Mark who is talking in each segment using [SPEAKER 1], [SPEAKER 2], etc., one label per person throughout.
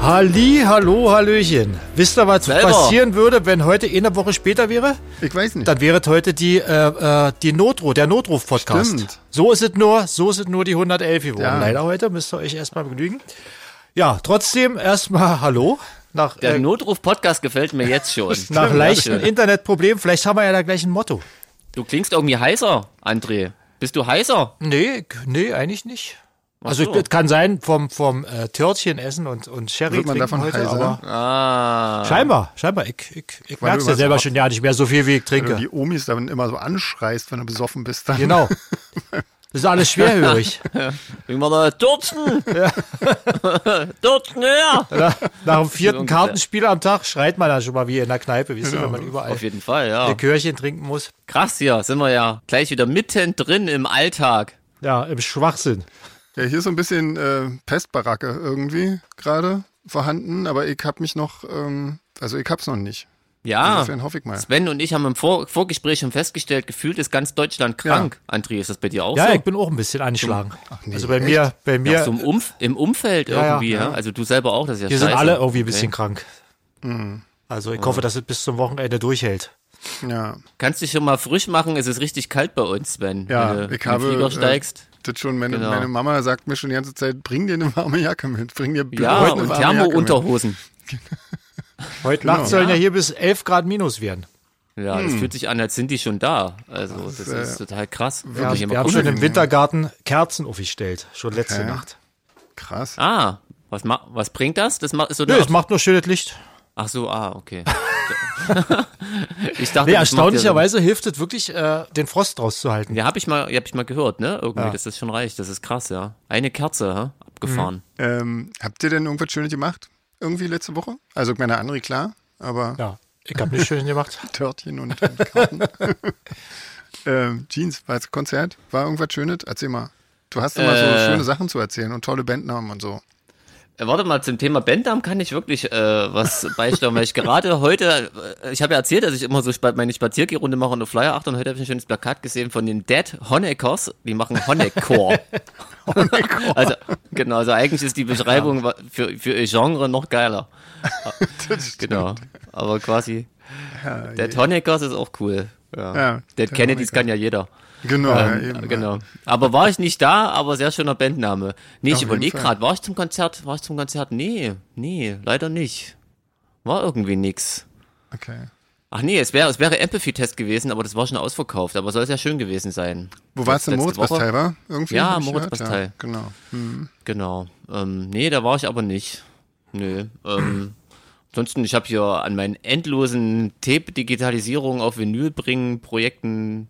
[SPEAKER 1] Halli, hallo, Hallöchen. Wisst ihr, was
[SPEAKER 2] Selber.
[SPEAKER 1] passieren würde, wenn heute eine Woche später wäre?
[SPEAKER 3] Ich weiß nicht.
[SPEAKER 1] Dann wäre es heute die, äh, äh, die Notruf, der Notruf-Podcast.
[SPEAKER 3] Stimmt.
[SPEAKER 1] So ist es nur, so ist es nur die 111 geworden.
[SPEAKER 3] Ja.
[SPEAKER 1] Leider heute, müsst ihr euch erstmal begnügen. Ja, trotzdem erstmal Hallo. Nach,
[SPEAKER 2] Der
[SPEAKER 1] äh,
[SPEAKER 2] Notruf-Podcast gefällt mir jetzt schon.
[SPEAKER 1] nach leichten Internetproblemen, vielleicht haben wir ja da gleich ein Motto.
[SPEAKER 2] Du klingst irgendwie heißer, André. Bist du heißer?
[SPEAKER 1] Nee, k- nee, eigentlich nicht. Also
[SPEAKER 2] so.
[SPEAKER 1] es kann sein, vom, vom äh, Törtchen essen und, und Sherry
[SPEAKER 3] Wird man
[SPEAKER 1] trinken
[SPEAKER 3] davon
[SPEAKER 1] heute,
[SPEAKER 3] heiser?
[SPEAKER 1] aber
[SPEAKER 2] Ah.
[SPEAKER 1] scheinbar, scheinbar. Ich, ich, ich
[SPEAKER 3] Weil
[SPEAKER 1] merke
[SPEAKER 3] du
[SPEAKER 1] es ja
[SPEAKER 3] was
[SPEAKER 1] selber
[SPEAKER 3] ab-
[SPEAKER 1] schon ja nicht mehr so viel, wie ich
[SPEAKER 3] Wenn du
[SPEAKER 1] trinke.
[SPEAKER 3] die Omis dann immer so anschreist, wenn du besoffen bist, dann.
[SPEAKER 1] Genau. Das ist alles schwerhörig.
[SPEAKER 2] Wie man da Dutzen! Dutzen her!
[SPEAKER 1] Nach dem vierten
[SPEAKER 2] ungefähr.
[SPEAKER 1] Kartenspiel am Tag schreit man dann schon mal wie in der Kneipe, wisst ihr, wenn man überall
[SPEAKER 2] Auf jeden Fall, ja.
[SPEAKER 1] Likörchen trinken muss.
[SPEAKER 2] Krass hier, sind wir ja gleich wieder mittendrin im Alltag.
[SPEAKER 1] Ja, im Schwachsinn.
[SPEAKER 3] Ja, hier ist so ein bisschen äh, Pestbaracke irgendwie gerade vorhanden, aber ich habe mich noch, ähm, also ich hab's noch nicht.
[SPEAKER 2] Ja.
[SPEAKER 3] Insofern hoffe ich mal.
[SPEAKER 2] Sven und ich haben im Vor Vorgespräch schon festgestellt, gefühlt ist ganz Deutschland krank. André, ist das bei dir auch
[SPEAKER 1] Ja,
[SPEAKER 2] so?
[SPEAKER 1] ich bin auch ein bisschen angeschlagen.
[SPEAKER 3] nee,
[SPEAKER 1] also bei mir, bei mir,
[SPEAKER 2] Auch so im, Umf im Umfeld
[SPEAKER 1] ja,
[SPEAKER 2] irgendwie, ja,
[SPEAKER 1] ja.
[SPEAKER 2] Also du selber auch, das ist ja
[SPEAKER 1] hier sind
[SPEAKER 2] scheiße.
[SPEAKER 1] alle irgendwie ein bisschen
[SPEAKER 2] Okay.
[SPEAKER 1] krank. Also ich hoffe, dass es bis zum Wochenende durchhält.
[SPEAKER 3] Ja,
[SPEAKER 2] Kannst dich schon mal frisch machen, es ist richtig kalt bei uns, Sven.
[SPEAKER 3] ja,
[SPEAKER 2] wenn du
[SPEAKER 3] ich
[SPEAKER 2] in den
[SPEAKER 3] habe.
[SPEAKER 2] Flieger steigst.
[SPEAKER 3] Äh, das schon, meine,
[SPEAKER 2] Genau.
[SPEAKER 3] meine Mama sagt mir schon die ganze Zeit, bring dir eine warme Jacke mit, bring dir
[SPEAKER 2] Ja,
[SPEAKER 3] heute eine
[SPEAKER 2] und
[SPEAKER 3] warme Jacke mit.
[SPEAKER 2] Thermounterhosen.
[SPEAKER 1] Heute Nacht sollen ja hier bis 11 Grad minus werden.
[SPEAKER 2] Ja, es fühlt sich an, als sind die schon da. Also, das,
[SPEAKER 3] äh,
[SPEAKER 2] ist total krass.
[SPEAKER 1] Ja,
[SPEAKER 2] Muss ich mal
[SPEAKER 1] wir haben
[SPEAKER 2] gucken.
[SPEAKER 1] schon im Wintergarten Kerzen aufgestellt, schon letzte
[SPEAKER 3] Okay.
[SPEAKER 1] Nacht.
[SPEAKER 3] Krass.
[SPEAKER 2] ah, was, ma was bringt das? Das ma ist so
[SPEAKER 1] Nö,
[SPEAKER 2] eine-
[SPEAKER 1] es macht nur schönes Licht.
[SPEAKER 2] Ach so, ah, okay. ich dachte,
[SPEAKER 1] Nee,
[SPEAKER 2] das macht
[SPEAKER 1] erstaunlicherweise hilft es wirklich, äh, den Frost rauszuhalten.
[SPEAKER 2] Ja, so- ja, hab ich mal, hab ich mal gehört, ne? Irgendwie, dass das schon reicht. Das ist krass, ja. Eine Kerze, hä? abgefahren.
[SPEAKER 3] Ähm, habt ihr denn irgendwas Schönes gemacht? Irgendwie letzte Woche? Also, ich meine, André, klar, aber
[SPEAKER 1] Ja, ich habe nichts schön gemacht.
[SPEAKER 3] Törtchen und, und Karten. ähm, Jeans, war jetzt Konzert? War irgendwas Schönes? Erzähl mal. Du hast immer
[SPEAKER 2] Äh.
[SPEAKER 3] so schöne Sachen zu erzählen und tolle Bandnamen und so.
[SPEAKER 2] Äh, Warte mal, zum Thema Banddarm kann ich wirklich äh, was beisteuern, weil ich gerade heute, äh, ich habe ja erzählt, dass ich immer so spa- meine Spaziergehrunde mache und auf Flyer achte und heute habe ich ein schönes Plakat gesehen von den Dead Honeckers, die machen Honeckcore.
[SPEAKER 3] Oh
[SPEAKER 2] Honeckcore. Also, genau, also eigentlich ist die Beschreibung wa- für, für ihr Genre noch geiler. Genau, aber quasi, Dead Honeckers ist auch cool. Ja.
[SPEAKER 3] Ja,
[SPEAKER 2] Dead
[SPEAKER 3] Dead
[SPEAKER 2] Kennedys kann ja jeder.
[SPEAKER 3] Genau, ja,
[SPEAKER 2] Ähm,
[SPEAKER 3] eben.
[SPEAKER 2] genau. Aber war ich nicht da, aber sehr schöner Bandname. Nee, ich
[SPEAKER 3] jeden
[SPEAKER 2] überlege
[SPEAKER 3] Fall.
[SPEAKER 2] gerade, war ich zum Konzert? War ich zum Konzert? Nee, nee, leider nicht. War irgendwie nix.
[SPEAKER 3] Okay.
[SPEAKER 2] Ach nee, es wäre es wäre Amplify-Test gewesen, aber das war schon ausverkauft. Aber soll es ja schön gewesen sein.
[SPEAKER 3] Wo warst du?
[SPEAKER 2] letzte
[SPEAKER 3] Moritz-Bastei,
[SPEAKER 2] Woche?
[SPEAKER 3] war? Irgendwie
[SPEAKER 2] Ja,
[SPEAKER 3] hab ich gehört,
[SPEAKER 2] Moritz-Bastei.
[SPEAKER 3] Ja, genau. Hm.
[SPEAKER 2] Genau. Ähm, nee, da war ich aber nicht. Nö. Ähm, ansonsten, ich habe hier an meinen endlosen Tape-Digitalisierung auf Vinyl bringen Projekten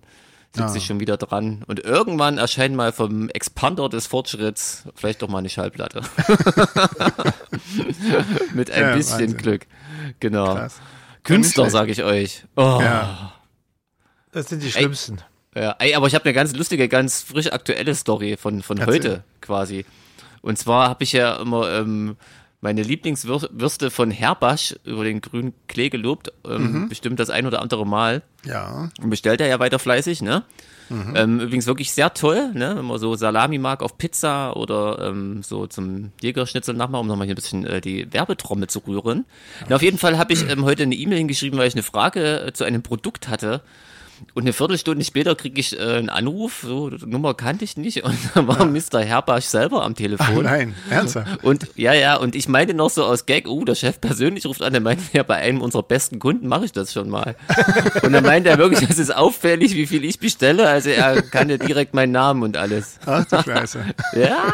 [SPEAKER 3] Ah.
[SPEAKER 2] sitze ich schon wieder dran. Und irgendwann erscheint mal vom Expander des Fortschritts vielleicht doch mal eine Schallplatte. Mit ein
[SPEAKER 3] Ja,
[SPEAKER 2] bisschen
[SPEAKER 3] Wahnsinn.
[SPEAKER 2] Glück. Genau.
[SPEAKER 3] Krass.
[SPEAKER 2] Künstler,
[SPEAKER 3] schlecht.
[SPEAKER 2] sage ich euch. Oh.
[SPEAKER 3] Ja.
[SPEAKER 1] Das sind die schlimmsten.
[SPEAKER 2] Ja, ey, aber ich habe eine ganz lustige, ganz frisch aktuelle Story von, von
[SPEAKER 3] Erzähl.
[SPEAKER 2] heute quasi. Und zwar habe ich ja immer ähm, meine Lieblingswürste von Herbasch über den grünen Klee gelobt, ähm, bestimmt das ein oder andere Mal.
[SPEAKER 3] Ja.
[SPEAKER 2] Und bestellt er ja weiter fleißig, ne? Ähm, übrigens wirklich sehr toll, ne? Wenn man so Salami mag auf Pizza oder ähm, so zum Jägerschnitzel nachmachen, um nochmal hier ein bisschen äh, die Werbetrommel zu rühren. Na, auf jeden Fall habe ich ähm, heute eine E-Mail hingeschrieben, weil ich eine Frage äh, zu einem Produkt hatte. Und eine Viertelstunde später kriege ich äh, einen Anruf, so, die Nummer kannte ich nicht, und da war Mr. Herbasch selber am Telefon.
[SPEAKER 3] Nein, ernsthaft.
[SPEAKER 2] Und ja, ja, und ich meinte noch so aus Gag, oh, der Chef persönlich ruft an, der meinte ja, bei einem unserer besten Kunden mache ich das schon mal. Und dann meinte er wirklich, das ist auffällig, wie viel ich bestelle. Also er kannte direkt meinen Namen und alles.
[SPEAKER 3] Ach du Scheiße.
[SPEAKER 2] Ja,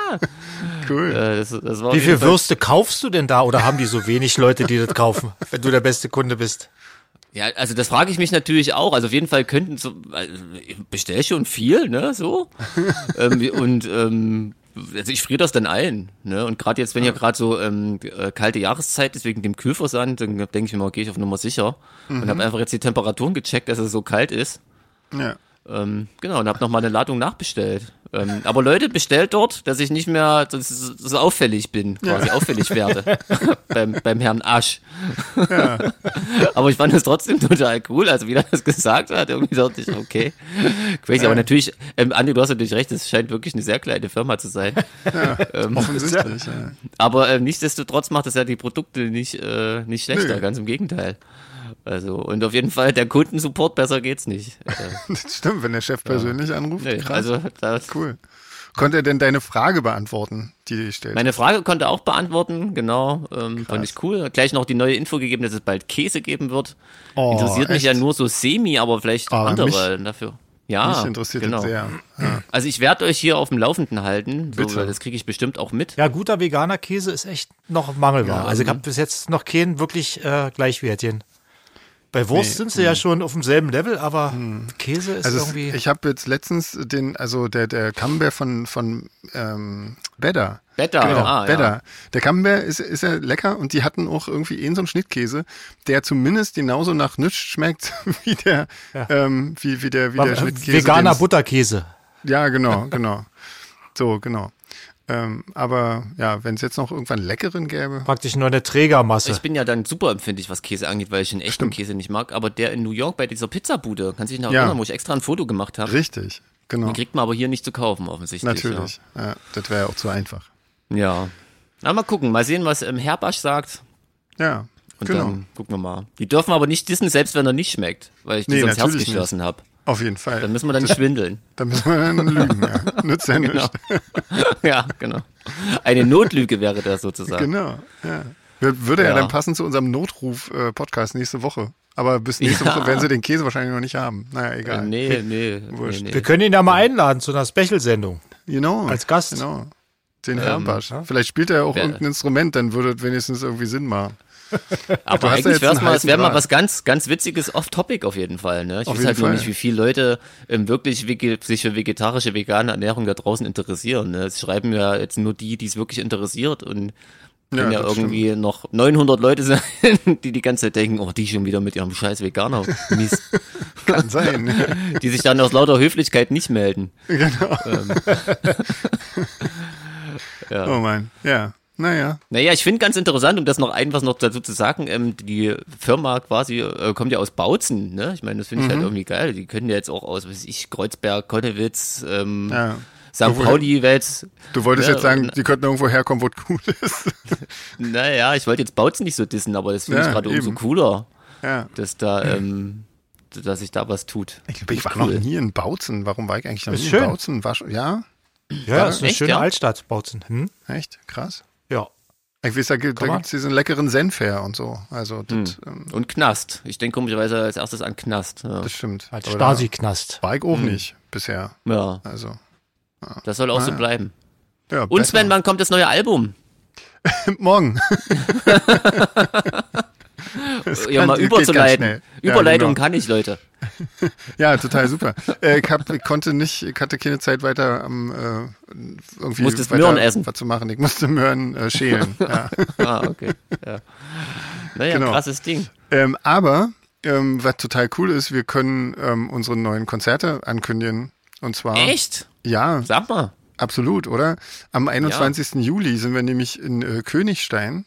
[SPEAKER 3] Cool.
[SPEAKER 2] äh, das, das war auf
[SPEAKER 1] Wie
[SPEAKER 2] jeden
[SPEAKER 1] viel
[SPEAKER 2] Fall-
[SPEAKER 1] Würste kaufst du denn da oder haben die so wenig Leute, die das kaufen, wenn du der beste Kunde bist?
[SPEAKER 2] Ja, also das frage ich mich natürlich auch. Also auf jeden Fall könnten so, also ich bestell schon viel, ne, so. ähm, und ähm, also ich friere das dann ein, ne? Und gerade jetzt, wenn ja gerade so ähm, äh, kalte Jahreszeit ist wegen dem Kühlversand, dann denke ich mir mal, gehe ich auf Nummer sicher und habe einfach jetzt die Temperaturen gecheckt, dass es so kalt ist.
[SPEAKER 3] Ja.
[SPEAKER 2] Ähm, genau, und habe nochmal eine Ladung nachbestellt. Ähm, aber Leute, bestellt dort, dass ich nicht mehr dass dass so auffällig bin, quasi auffällig werde. beim, beim Herrn Asch. Aber ich fand es trotzdem total cool. Also, wie er das gesagt hat, irgendwie dachte ich, okay. Crazy. Aber natürlich, ähm, Andi, du hast natürlich recht, es scheint wirklich eine sehr kleine Firma zu sein. ähm,
[SPEAKER 3] Offensichtlich. Ja.
[SPEAKER 2] aber ähm, nichtsdestotrotz macht das ja die Produkte nicht, äh, nicht schlechter,
[SPEAKER 3] Nö.
[SPEAKER 2] ganz im Gegenteil. Also, und auf jeden Fall, der Kundensupport besser geht's nicht. Äh,
[SPEAKER 3] Das stimmt, wenn der Chef persönlich anruft.
[SPEAKER 2] nee,
[SPEAKER 3] krass.
[SPEAKER 2] also, das,
[SPEAKER 3] Cool. Konnte er denn deine Frage beantworten, die dich stellt?
[SPEAKER 2] Meine Frage konnte er auch beantworten, genau. Ähm, fand ich cool. Gleich noch die neue Info gegeben, dass es bald Käse geben wird.
[SPEAKER 3] Oh,
[SPEAKER 2] Interessiert mich
[SPEAKER 3] echt?
[SPEAKER 2] ja nur so semi, aber vielleicht
[SPEAKER 3] Aber
[SPEAKER 2] andere dafür. Ja,
[SPEAKER 3] Mich interessiert
[SPEAKER 2] genau.
[SPEAKER 3] das sehr.
[SPEAKER 2] Also ich werde euch hier auf dem Laufenden halten, so,
[SPEAKER 3] Bitte.
[SPEAKER 2] weil das kriege ich bestimmt auch mit.
[SPEAKER 1] Ja, guter veganer Käse ist echt noch Mangelware. also ich habe bis jetzt noch keinen wirklich äh, gleichwertigen. Bei Wurst sind sie ja schon auf demselben Level, aber Käse Hm. ist
[SPEAKER 3] Also es-
[SPEAKER 1] irgendwie.
[SPEAKER 3] ich habe jetzt letztens den, also der, der Camembert von, von ähm, Better.
[SPEAKER 2] Better,
[SPEAKER 3] genau,
[SPEAKER 2] ah, ja.
[SPEAKER 3] Better. Der Camembert ist, ist ja lecker und die hatten auch irgendwie eh so einen Schnittkäse, der zumindest genauso nach nichts schmeckt wie der, ähm, wie, wie der, wie der Schnittkäse.
[SPEAKER 1] äh, veganer
[SPEAKER 3] den's-
[SPEAKER 1] Butterkäse.
[SPEAKER 3] Ja, genau, genau. So, genau. Ähm, aber ja, wenn es jetzt noch irgendwann leckeren gäbe.
[SPEAKER 1] Praktisch nur eine Trägermasse.
[SPEAKER 2] Ich bin ja dann super empfindlich, was Käse angeht, weil ich den echten Käse nicht mag. Aber der in New York bei dieser Pizzabude, kannst du dich noch
[SPEAKER 3] Ja.
[SPEAKER 2] erinnern, wo ich extra ein Foto gemacht habe.
[SPEAKER 3] Richtig, genau.
[SPEAKER 2] Den kriegt man aber hier nicht zu kaufen, offensichtlich.
[SPEAKER 3] Natürlich. Ja. das wäre ja auch zu einfach.
[SPEAKER 2] Ja. ja. Na, mal gucken, mal sehen, was ähm, Herbasch sagt.
[SPEAKER 3] Ja,
[SPEAKER 2] Und
[SPEAKER 3] genau.
[SPEAKER 2] dann gucken wir mal. Die dürfen wir aber nicht dissen, selbst wenn er nicht schmeckt, weil ich die
[SPEAKER 3] Nee,
[SPEAKER 2] sonst Herz
[SPEAKER 3] natürlich
[SPEAKER 2] geschlossen habe.
[SPEAKER 3] Auf jeden Fall.
[SPEAKER 2] Dann müssen wir dann schwindeln.
[SPEAKER 3] Dann müssen wir dann lügen, ja. Nützt ja
[SPEAKER 2] Genau.
[SPEAKER 3] nichts.
[SPEAKER 2] ja, genau. Eine Notlüge wäre das sozusagen.
[SPEAKER 3] Genau, ja. Wir- Würde ja.
[SPEAKER 2] Ja.
[SPEAKER 3] dann passen zu unserem Notruf-Podcast nächste Woche. Aber bis nächste
[SPEAKER 2] Ja.
[SPEAKER 3] Woche werden sie den Käse wahrscheinlich noch nicht haben. Naja,
[SPEAKER 2] Äh,
[SPEAKER 3] egal.
[SPEAKER 2] Nee, nee, nee,
[SPEAKER 3] Genau. Wurscht.
[SPEAKER 1] Wir
[SPEAKER 2] nee.
[SPEAKER 1] können ihn ja mal einladen zu einer Special-Sendung.
[SPEAKER 3] Genau.
[SPEAKER 1] Als Gast.
[SPEAKER 3] Genau. Den Herrenbarsch. Vielleicht spielt er ja auch
[SPEAKER 2] Ähm, wer-
[SPEAKER 3] irgendein Instrument, dann würde es wenigstens irgendwie Sinn machen.
[SPEAKER 2] Aber
[SPEAKER 3] hast ja
[SPEAKER 2] eigentlich
[SPEAKER 3] jetzt
[SPEAKER 2] wäre
[SPEAKER 3] einen
[SPEAKER 2] mal, es
[SPEAKER 3] heißen
[SPEAKER 2] wär mal
[SPEAKER 3] Draht.
[SPEAKER 2] was ganz, ganz Witziges off-topic auf jeden Fall. Ne? Ich
[SPEAKER 3] Auf
[SPEAKER 2] weiß halt
[SPEAKER 3] jeden
[SPEAKER 2] nur
[SPEAKER 3] Fall.
[SPEAKER 2] nicht, wie viele Leute ähm, wirklich wege- sich für vegetarische, vegane Ernährung da draußen interessieren. Ne? Es schreiben ja jetzt nur die, die es wirklich interessiert und wenn ja,
[SPEAKER 3] das
[SPEAKER 2] irgendwie noch 900 Leute sind, die die ganze Zeit denken, oh, die schon wieder mit ihrem scheiß Veganer, Mist.
[SPEAKER 3] Kann sein.
[SPEAKER 2] die sich dann aus lauter Höflichkeit nicht melden.
[SPEAKER 3] genau. Oh mein. Ja. Naja.
[SPEAKER 2] Naja, ich finde ganz interessant, um das noch ein, was noch dazu zu sagen, ähm, die Firma quasi äh, kommt ja aus Bautzen, ne? Ich meine, das finde ich halt
[SPEAKER 3] Mhm.
[SPEAKER 2] irgendwie geil. Die können ja jetzt auch aus, weiß ich, Kreuzberg, Konnewitz, ähm,
[SPEAKER 3] Ja.
[SPEAKER 2] St.
[SPEAKER 3] Woher-
[SPEAKER 2] Pauli wäre jetzt,
[SPEAKER 3] Du wolltest
[SPEAKER 2] Ja,
[SPEAKER 3] jetzt sagen, die könnten irgendwo herkommen, wo es gut ist.
[SPEAKER 2] naja, ich wollte jetzt Bautzen nicht so dissen, aber das finde
[SPEAKER 3] Ja,
[SPEAKER 2] ich gerade umso
[SPEAKER 3] eben.
[SPEAKER 2] cooler,
[SPEAKER 3] Ja.
[SPEAKER 2] dass da, ähm, dass sich da was tut.
[SPEAKER 3] Ich glaube, ich war noch nie in Bautzen. Warum war ich eigentlich noch
[SPEAKER 1] Ist
[SPEAKER 3] nie
[SPEAKER 1] schön.
[SPEAKER 3] in Bautzen? War schon, ja?
[SPEAKER 1] Ja, ist eine
[SPEAKER 2] echt,
[SPEAKER 1] schöne
[SPEAKER 2] ja?
[SPEAKER 1] Altstadt, Bautzen. Hm?
[SPEAKER 3] Echt? Krass.
[SPEAKER 1] Ja.
[SPEAKER 3] Ich weiß, da, gibt- da
[SPEAKER 1] man.
[SPEAKER 3] gibt es diesen leckeren Senf her und so. Also,
[SPEAKER 2] Hm.
[SPEAKER 3] das, ähm,
[SPEAKER 2] Und Knast. Ich denke komischerweise als erstes an Knast. Ja,
[SPEAKER 3] das stimmt.
[SPEAKER 1] Als
[SPEAKER 3] Aber
[SPEAKER 1] Stasi-Knast.
[SPEAKER 3] da War ich auch
[SPEAKER 2] Hm.
[SPEAKER 3] nicht bisher.
[SPEAKER 2] ja
[SPEAKER 3] Also,
[SPEAKER 2] das soll auch so
[SPEAKER 3] Ah.
[SPEAKER 2] bleiben.
[SPEAKER 3] ja.
[SPEAKER 2] Und
[SPEAKER 3] besser.
[SPEAKER 2] Sven, wann kommt das neue Album?
[SPEAKER 3] Morgen.
[SPEAKER 2] Ja,
[SPEAKER 3] kann-
[SPEAKER 2] mal
[SPEAKER 3] geht
[SPEAKER 2] überzuleiten.
[SPEAKER 3] ganz schnell. Ja,
[SPEAKER 2] Überleitung
[SPEAKER 3] genau.
[SPEAKER 2] kann ich, Leute.
[SPEAKER 3] Ja, total super. äh, ich, hab, ich konnte nicht, ich hatte keine Zeit weiter am äh, irgendwie
[SPEAKER 2] Musstest
[SPEAKER 3] weiter
[SPEAKER 2] Möhren essen.
[SPEAKER 3] was zu machen. Ich musste Möhren äh, schälen. ja.
[SPEAKER 2] Ah, okay. Ja. Naja,
[SPEAKER 3] Genau.
[SPEAKER 2] krasses Ding.
[SPEAKER 3] ähm, aber ähm, was total cool ist, wir können ähm, unsere neuen Konzerte ankündigen. Und zwar.
[SPEAKER 2] Echt?
[SPEAKER 3] Ja,
[SPEAKER 2] Ah, Sag mal.
[SPEAKER 3] Absolut, oder? Am 21. Juli sind wir nämlich in äh, Königstein,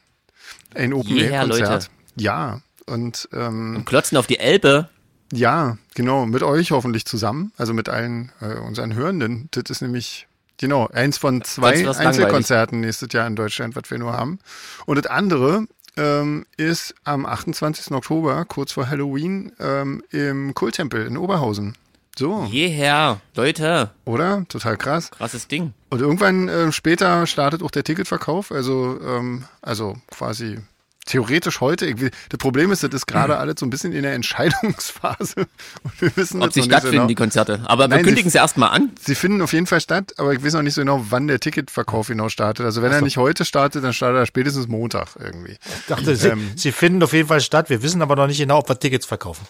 [SPEAKER 3] ein
[SPEAKER 2] Jeher, Leute.
[SPEAKER 3] Open-Air-Konzert. Ja, und ähm,
[SPEAKER 2] Klotzen auf die Elbe.
[SPEAKER 3] ja, genau, mit euch hoffentlich zusammen, also mit allen äh, unseren Hörenden. Das ist nämlich, genau, eins von
[SPEAKER 2] Sonst
[SPEAKER 3] zwei
[SPEAKER 2] wär's langweilig.
[SPEAKER 3] Einzelkonzerten nächstes Jahr in Deutschland, was wir nur haben. Und das andere ähm, ist am 28. Oktober, kurz vor Halloween, ähm, im Kulttempel in Oberhausen. So,
[SPEAKER 2] Jeher. Leute,
[SPEAKER 3] oder? Total krass.
[SPEAKER 2] krasses Ding.
[SPEAKER 3] Und irgendwann äh, später startet auch der Ticketverkauf, also, ähm, also quasi theoretisch heute. Ich will, das Problem ist, das ist
[SPEAKER 2] Mhm.
[SPEAKER 3] gerade alles so ein bisschen in der Entscheidungsphase. Und wir wissen
[SPEAKER 2] Ob
[SPEAKER 3] jetzt
[SPEAKER 2] sie
[SPEAKER 3] noch nicht
[SPEAKER 2] stattfinden,
[SPEAKER 3] so
[SPEAKER 2] die
[SPEAKER 3] genau.
[SPEAKER 2] Konzerte. Aber
[SPEAKER 3] Nein,
[SPEAKER 2] wir
[SPEAKER 3] sie-
[SPEAKER 2] kündigen sie erstmal an.
[SPEAKER 3] Sie finden auf jeden Fall statt, aber ich weiß noch nicht so genau, wann der Ticketverkauf genau startet. Also wenn er nicht heute startet, dann startet er spätestens Montag irgendwie.
[SPEAKER 1] Ich dachte, sie,
[SPEAKER 2] ähm,
[SPEAKER 1] sie finden auf jeden Fall statt. Wir wissen aber noch nicht genau, ob wir Tickets verkaufen.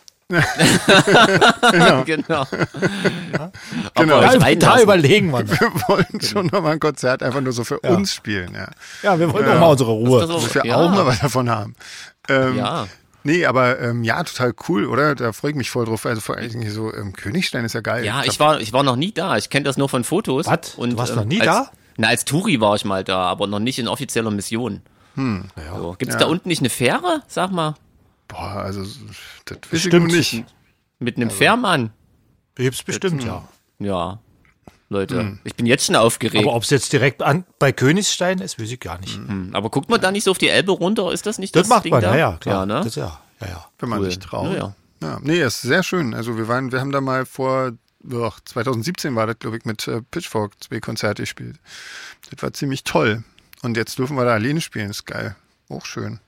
[SPEAKER 2] Genau. genau.
[SPEAKER 3] Genau.
[SPEAKER 2] Aber also.
[SPEAKER 3] Ja,
[SPEAKER 2] euch
[SPEAKER 1] da
[SPEAKER 2] reinlassen.
[SPEAKER 1] überlegen wir. noch.
[SPEAKER 3] Wir
[SPEAKER 2] genau.
[SPEAKER 3] wollen schon noch mal ein Konzert einfach nur so für uns spielen, ja.
[SPEAKER 1] Ja, wir wollen doch mal unsere
[SPEAKER 2] Das
[SPEAKER 1] Ruhe.
[SPEAKER 2] ist
[SPEAKER 3] Dass
[SPEAKER 2] so-
[SPEAKER 3] wir auch mal was davon haben. Ähm,
[SPEAKER 2] Ja.
[SPEAKER 3] Nee, aber ähm, ja, total cool, oder? Da freue ich mich voll drauf. Also vor allen Dingen so, ähm, Königstein ist ja geil.
[SPEAKER 2] Ja, ich war, ich war noch nie da. Ich kenne das nur von Fotos. ähm,
[SPEAKER 1] Was? Du warst noch nie
[SPEAKER 2] als,
[SPEAKER 1] da?
[SPEAKER 2] Na, als Touri war ich mal da, aber noch nicht in offizieller Mission. Hm. So. Gibt es da unten nicht eine Fähre? Sag mal.
[SPEAKER 3] Boah, also das wüsste ich nun nicht.
[SPEAKER 2] Mit einem
[SPEAKER 3] Also.
[SPEAKER 2] Fährmann.
[SPEAKER 1] Gibt's bestimmt, ja.
[SPEAKER 2] Ja. Leute,
[SPEAKER 3] Hm.
[SPEAKER 2] ich bin jetzt schon aufgeregt.
[SPEAKER 1] Aber
[SPEAKER 2] Aber,
[SPEAKER 1] ob es jetzt direkt an, bei Königstein ist, weiß ich gar nicht.
[SPEAKER 2] guckt man da nicht so auf die Elbe runter? Ist das nicht Mhm. das,
[SPEAKER 1] Das, macht
[SPEAKER 2] Ding
[SPEAKER 1] man,
[SPEAKER 2] da?
[SPEAKER 1] ja, ja, klar.
[SPEAKER 2] Ja, ne?
[SPEAKER 1] Das, ja, ja, ja.
[SPEAKER 3] Wenn man
[SPEAKER 2] Cool.
[SPEAKER 3] sich traut.
[SPEAKER 2] Ja,
[SPEAKER 3] Ja,
[SPEAKER 2] ja.
[SPEAKER 3] Nee, ist sehr schön. Also wir waren, wir haben da mal vor ach, 2017 war das, glaube ich, mit äh, Pitchfork zwei Konzerte gespielt. Das war ziemlich toll. Und jetzt dürfen wir da alleine spielen, ist geil. Auch schön.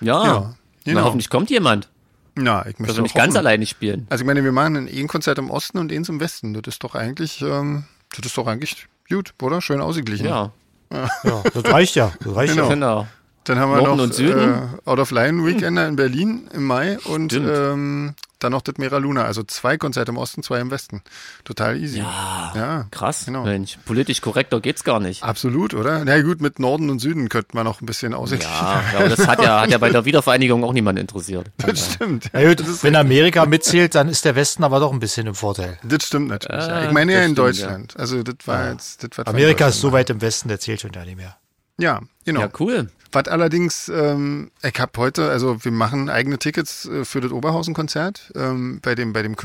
[SPEAKER 2] ja. Na,
[SPEAKER 3] Ja, genau.
[SPEAKER 2] hoffentlich kommt jemand.
[SPEAKER 3] Na, ich
[SPEAKER 2] Dass
[SPEAKER 3] möchte
[SPEAKER 2] wir
[SPEAKER 3] auch
[SPEAKER 2] Also nicht ganz
[SPEAKER 3] hoffen.
[SPEAKER 2] alleine spielen.
[SPEAKER 3] Also ich meine, wir machen ein Konzert im Osten und eins im Westen. Das ist doch eigentlich, ähm, das ist doch eigentlich gut, oder? Schön ausgeglichen.
[SPEAKER 2] Ja,
[SPEAKER 1] ja. Das reicht ja. Das reicht
[SPEAKER 3] Genau.
[SPEAKER 1] ja.
[SPEAKER 2] genau.
[SPEAKER 3] Dann haben wir
[SPEAKER 2] Norden
[SPEAKER 3] noch
[SPEAKER 2] und Süden.
[SPEAKER 3] Äh, Out of Line Weekender in Berlin im Mai und
[SPEAKER 2] Stimmt.
[SPEAKER 3] ähm, dann noch das Mera Luna. Also zwei Konzerte im Osten, zwei im Westen. Total easy.
[SPEAKER 2] Ja,
[SPEAKER 3] Ja,
[SPEAKER 2] krass.
[SPEAKER 3] genau. Ah.
[SPEAKER 2] Mensch, politisch korrekter geht's gar nicht.
[SPEAKER 3] Absolut, oder? Na gut, mit Norden und Süden könnte man noch ein bisschen ausgeglichen.
[SPEAKER 2] Ja, aber das hat ja, hat ja bei der Wiedervereinigung auch niemand interessiert.
[SPEAKER 3] Das stimmt.
[SPEAKER 1] Na gut, wenn Amerika mitzählt, dann ist der Westen aber doch ein bisschen im Vorteil.
[SPEAKER 3] Das stimmt natürlich. ja.
[SPEAKER 2] Äh,
[SPEAKER 3] Ich meine ja
[SPEAKER 2] das
[SPEAKER 3] in
[SPEAKER 2] stimmt,
[SPEAKER 3] Deutschland. Also das war jetzt, das war
[SPEAKER 1] Amerika ist so weit im Westen, der zählt schon ja nicht mehr.
[SPEAKER 3] Ja, genau.
[SPEAKER 2] Ja, cool.
[SPEAKER 3] Was allerdings, ähm, ich habe heute, also wir machen eigene Tickets äh, für das Oberhausen-Konzert. Ähm, bei dem, bei dem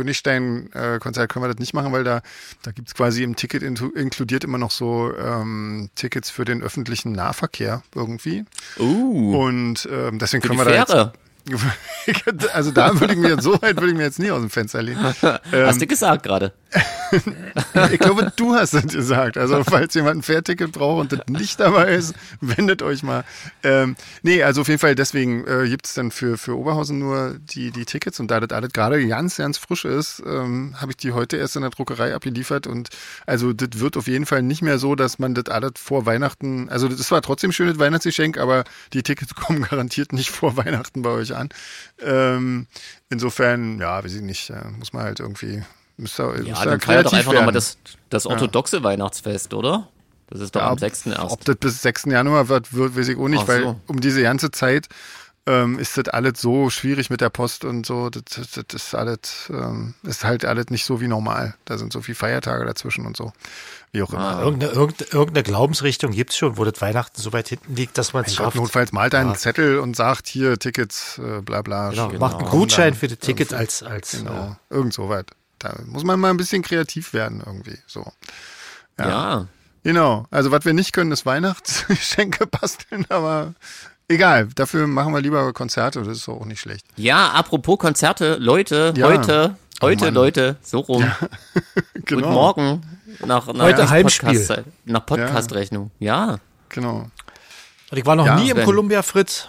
[SPEAKER 3] Königstein-Konzert können wir das nicht machen, weil da, da gibt's quasi im Ticket intu- inkludiert immer noch so ähm, Tickets für den öffentlichen Nahverkehr irgendwie.
[SPEAKER 2] Uh,
[SPEAKER 3] Und ähm, deswegen
[SPEAKER 2] für die
[SPEAKER 3] können wir da
[SPEAKER 2] Fähre.
[SPEAKER 3] jetzt, also da würde ich mir jetzt so weit würde ich mir jetzt nie aus dem Fenster lehnen. ähm,
[SPEAKER 2] Hast du gesagt gerade.
[SPEAKER 3] Ich glaube, du hast es gesagt. Also, falls jemand ein Fährticket braucht und das nicht dabei ist, wendet euch mal. Ähm, nee, also auf jeden Fall, deswegen äh, gibt es dann für, für Oberhausen nur die, die Tickets. Und da das alles gerade ganz, ganz frisch ist, ähm, habe ich die heute erst in der Druckerei abgeliefert. Und also, das wird auf jeden Fall nicht mehr so, dass man das alles vor Weihnachten, also das war trotzdem schönes Weihnachtsgeschenk, aber die Tickets kommen garantiert nicht vor Weihnachten bei euch an. Ähm, insofern, ja, weiß ich nicht, äh, muss man halt irgendwie. Müsst ihr,
[SPEAKER 2] Ja,
[SPEAKER 3] müsst ihr
[SPEAKER 2] dann feiert doch
[SPEAKER 3] kreativ
[SPEAKER 2] einfach nochmal
[SPEAKER 3] werden.
[SPEAKER 2] das, das orthodoxe Weihnachtsfest, oder? Das ist doch am 6. erst.
[SPEAKER 3] Ob das bis 6. Januar wird, wird weiß ich auch nicht,
[SPEAKER 2] Ach
[SPEAKER 3] weil
[SPEAKER 2] so.
[SPEAKER 3] um diese ganze Zeit ähm, ist das alles so schwierig mit der Post und so. Das, das, das ist alles, ähm, ist halt alles nicht so wie normal. Da sind so viele Feiertage dazwischen und so. Wie auch
[SPEAKER 2] Ah,
[SPEAKER 3] immer.
[SPEAKER 1] Irgendeine, irgendeine, irgendeine Glaubensrichtung gibt es schon, wo das Weihnachten so weit hinten liegt, dass man es
[SPEAKER 3] Ich glaub,
[SPEAKER 1] schafft.
[SPEAKER 3] notfalls malt
[SPEAKER 2] Ah.
[SPEAKER 3] er einen Zettel und sagt, hier Tickets, äh, bla bla.
[SPEAKER 1] Genau,
[SPEAKER 3] Schön.
[SPEAKER 1] Macht einen Gutschein für das Ticket als, als äh,
[SPEAKER 3] Genau. Irgend so weit. Da muss man mal ein bisschen kreativ werden irgendwie. So.
[SPEAKER 2] ja.
[SPEAKER 3] Genau. Also was wir nicht können, ist Weihnachtsgeschenke basteln, aber egal. Dafür machen wir lieber Konzerte. Das ist doch auch nicht schlecht.
[SPEAKER 2] Ja, apropos Konzerte, Leute,
[SPEAKER 3] Ja.
[SPEAKER 2] heute,
[SPEAKER 3] Oh
[SPEAKER 2] heute,
[SPEAKER 3] Mann.
[SPEAKER 2] Leute, so rum.
[SPEAKER 3] Genau.
[SPEAKER 2] Und morgen nach, nach
[SPEAKER 1] Heute
[SPEAKER 2] nach
[SPEAKER 1] Heimspiel.
[SPEAKER 2] Podcast, nach Podcast-Rechnung. Ja.
[SPEAKER 3] Genau.
[SPEAKER 1] Und ich war noch
[SPEAKER 3] Ja,
[SPEAKER 1] nie im
[SPEAKER 2] Sven.
[SPEAKER 1] Columbia Fritz.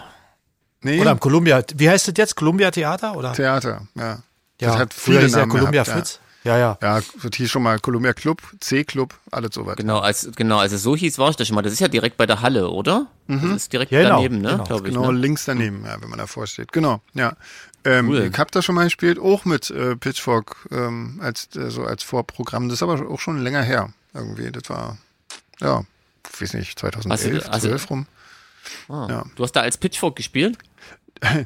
[SPEAKER 3] Nee,
[SPEAKER 1] Oder im Columbia, wie heißt das jetzt? Columbia Theater? Oder?
[SPEAKER 3] Theater. Ja.
[SPEAKER 1] ja,
[SPEAKER 3] das hat
[SPEAKER 1] früher
[SPEAKER 3] viele
[SPEAKER 1] hieß ja
[SPEAKER 3] Namen
[SPEAKER 1] Columbia
[SPEAKER 3] gehabt,
[SPEAKER 1] Fritz. Ja, ja.
[SPEAKER 3] Ja, das hieß schon mal Columbia Club, C-Club, alles so weit.
[SPEAKER 2] Genau, als, genau, also so hieß war ich da schon mal. Das ist ja direkt bei der Halle, oder? Das ist direkt
[SPEAKER 1] Ja, genau,
[SPEAKER 2] daneben, ne?
[SPEAKER 1] genau.
[SPEAKER 2] Glaub ich,
[SPEAKER 3] Mhm. Genau,
[SPEAKER 2] ne?
[SPEAKER 3] links daneben, ja, wenn man davor steht. Genau, ja. Ähm,
[SPEAKER 2] Cool.
[SPEAKER 3] Ich hab da schon mal gespielt, auch mit äh, Pitchfork ähm, als, äh, so als Vorprogramm. Das ist aber auch schon länger her irgendwie. Das war, ja, ich weiß nicht, 2011,
[SPEAKER 2] Hast du- hast du-
[SPEAKER 3] 12 rum.
[SPEAKER 2] Ah.
[SPEAKER 3] ja.
[SPEAKER 2] Du hast da als Pitchfork gespielt?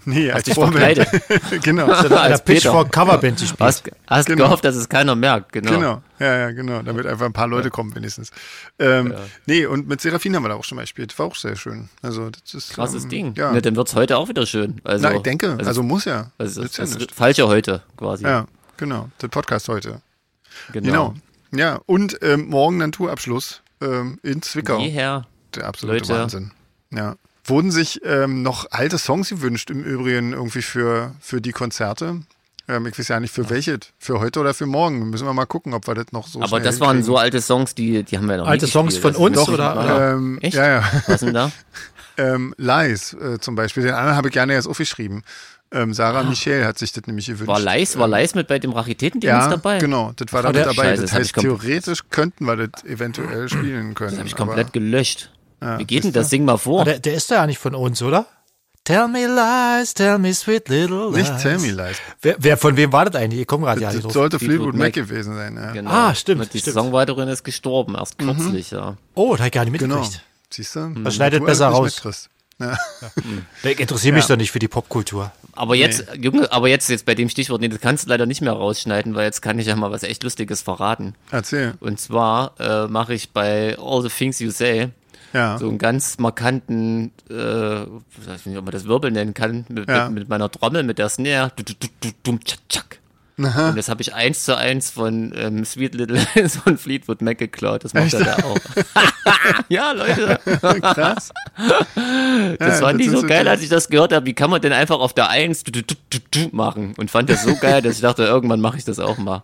[SPEAKER 3] nee, als
[SPEAKER 2] dich
[SPEAKER 3] Vorband. genau,
[SPEAKER 1] Oder
[SPEAKER 2] als
[SPEAKER 1] als Pitchfork
[SPEAKER 2] Peter.
[SPEAKER 1] Coverband gespielt.
[SPEAKER 2] Hast, hast
[SPEAKER 3] Genau.
[SPEAKER 2] gehofft, dass es keiner merkt, genau.
[SPEAKER 3] genau. Ja, ja, genau. Damit einfach ein paar Leute kommen wenigstens. Ähm, Nee, und mit Serafin haben wir da auch schon mal gespielt. War auch sehr schön. Also, das ist.
[SPEAKER 2] Krasses
[SPEAKER 3] ähm,
[SPEAKER 2] Ding.
[SPEAKER 3] Ja.
[SPEAKER 2] Ne, dann wird's heute auch wieder schön. Also,
[SPEAKER 3] Na, ich denke, also, muss ja.
[SPEAKER 2] Also,
[SPEAKER 3] Nützt
[SPEAKER 2] das,
[SPEAKER 3] ja
[SPEAKER 2] das
[SPEAKER 3] nichts.
[SPEAKER 2] falsche heute quasi.
[SPEAKER 3] ja, genau. Der Podcast heute.
[SPEAKER 2] genau.
[SPEAKER 3] Genau. Ja, und ähm, morgen dann Tourabschluss ähm, in Zwickau.
[SPEAKER 2] Jeher.
[SPEAKER 3] Der absolute
[SPEAKER 2] Leute.
[SPEAKER 3] Wahnsinn. Ja. Wurden sich ähm, noch alte Songs gewünscht, im Übrigen irgendwie für, für die Konzerte? Ähm, ich weiß ja nicht, für welche. Für heute oder für morgen. Müssen wir mal gucken, ob wir das noch so
[SPEAKER 2] Aber
[SPEAKER 3] schnell
[SPEAKER 2] das waren
[SPEAKER 3] hinkriegen.
[SPEAKER 2] so alte Songs, die, die haben wir noch
[SPEAKER 1] Alte
[SPEAKER 2] nie
[SPEAKER 1] Songs
[SPEAKER 2] gespielt.
[SPEAKER 1] von
[SPEAKER 2] Das
[SPEAKER 1] uns,
[SPEAKER 2] müssen wir
[SPEAKER 1] oder?
[SPEAKER 2] mal-
[SPEAKER 3] Ähm,
[SPEAKER 2] Echt?
[SPEAKER 3] Ja, ja.
[SPEAKER 2] Was denn da?
[SPEAKER 3] Ähm, Lies äh, zum Beispiel. Den anderen habe ich gerne erst aufgeschrieben. Ähm, Sarah Michel hat sich das nämlich gewünscht.
[SPEAKER 2] Ah. War Leis, war Leis mit bei dem Rachitätendienst
[SPEAKER 3] ja,
[SPEAKER 2] dabei?
[SPEAKER 3] genau. Das war
[SPEAKER 2] Ach,
[SPEAKER 3] da mit
[SPEAKER 2] der-
[SPEAKER 3] dabei.
[SPEAKER 2] Scheiße,
[SPEAKER 3] das
[SPEAKER 2] das hab
[SPEAKER 3] heißt,
[SPEAKER 2] ich komplett-
[SPEAKER 3] theoretisch könnten wir das eventuell spielen können. Das
[SPEAKER 2] Hab ich komplett gelöscht. Wie geht denn das? Sing mal
[SPEAKER 1] Aber
[SPEAKER 2] vor.
[SPEAKER 1] Ah, der, der ist da ja nicht von uns, oder? Tell me lies, tell me sweet little lies. Also
[SPEAKER 3] nicht Tell Me Lies.
[SPEAKER 1] Wer, wer, von wem war das eigentlich? Ich komme gerade ja
[SPEAKER 3] Das
[SPEAKER 1] nicht drauf.
[SPEAKER 3] sollte
[SPEAKER 2] Fleetwood
[SPEAKER 3] Fleetwood Mac gewesen sein. Ja.
[SPEAKER 2] Genau.
[SPEAKER 1] Ah, stimmt,
[SPEAKER 2] Und Die
[SPEAKER 1] stimmt.
[SPEAKER 2] Songwriterin ist gestorben, erst kürzlich, ja.
[SPEAKER 1] Oh, da hab ich gar nicht
[SPEAKER 3] Genau.
[SPEAKER 1] mitgekriegt.
[SPEAKER 3] Siehst du?
[SPEAKER 1] Das schneidet
[SPEAKER 3] Du alles
[SPEAKER 1] besser
[SPEAKER 3] nicht
[SPEAKER 1] raus.
[SPEAKER 3] mitkriegst. Ja.
[SPEAKER 1] Ich interessiere mich doch nicht für die Popkultur.
[SPEAKER 2] Aber jetzt, Junge, aber jetzt, jetzt bei dem Stichwort, nee, das kannst du leider nicht mehr rausschneiden, weil jetzt kann ich ja mal was echt Lustiges verraten.
[SPEAKER 3] Erzähl.
[SPEAKER 2] Und zwar äh, mache ich bei All the Things You Say
[SPEAKER 3] Ja.
[SPEAKER 2] so einen ganz markanten, äh, ich weiß nicht, ob man das Wirbel nennen kann, mit,
[SPEAKER 3] Ja.
[SPEAKER 2] mit, mit meiner Trommel, mit der Snare. Du, du, du, du, dum, tschak, tschak. Und das habe ich eins zu eins von ähm, Sweet Little Lies von Fleetwood Mac geklaut. Das macht er da auch. ja, Leute.
[SPEAKER 3] Krass.
[SPEAKER 2] Das
[SPEAKER 3] Ja,
[SPEAKER 2] fand
[SPEAKER 3] das
[SPEAKER 2] ich
[SPEAKER 3] ist
[SPEAKER 2] so
[SPEAKER 3] so
[SPEAKER 2] geil,
[SPEAKER 3] krass.
[SPEAKER 2] als ich das gehört habe. Wie kann man denn einfach auf der Eins du- du- du- du- du machen? Und fand das so geil, dass ich dachte, irgendwann mache ich das auch mal.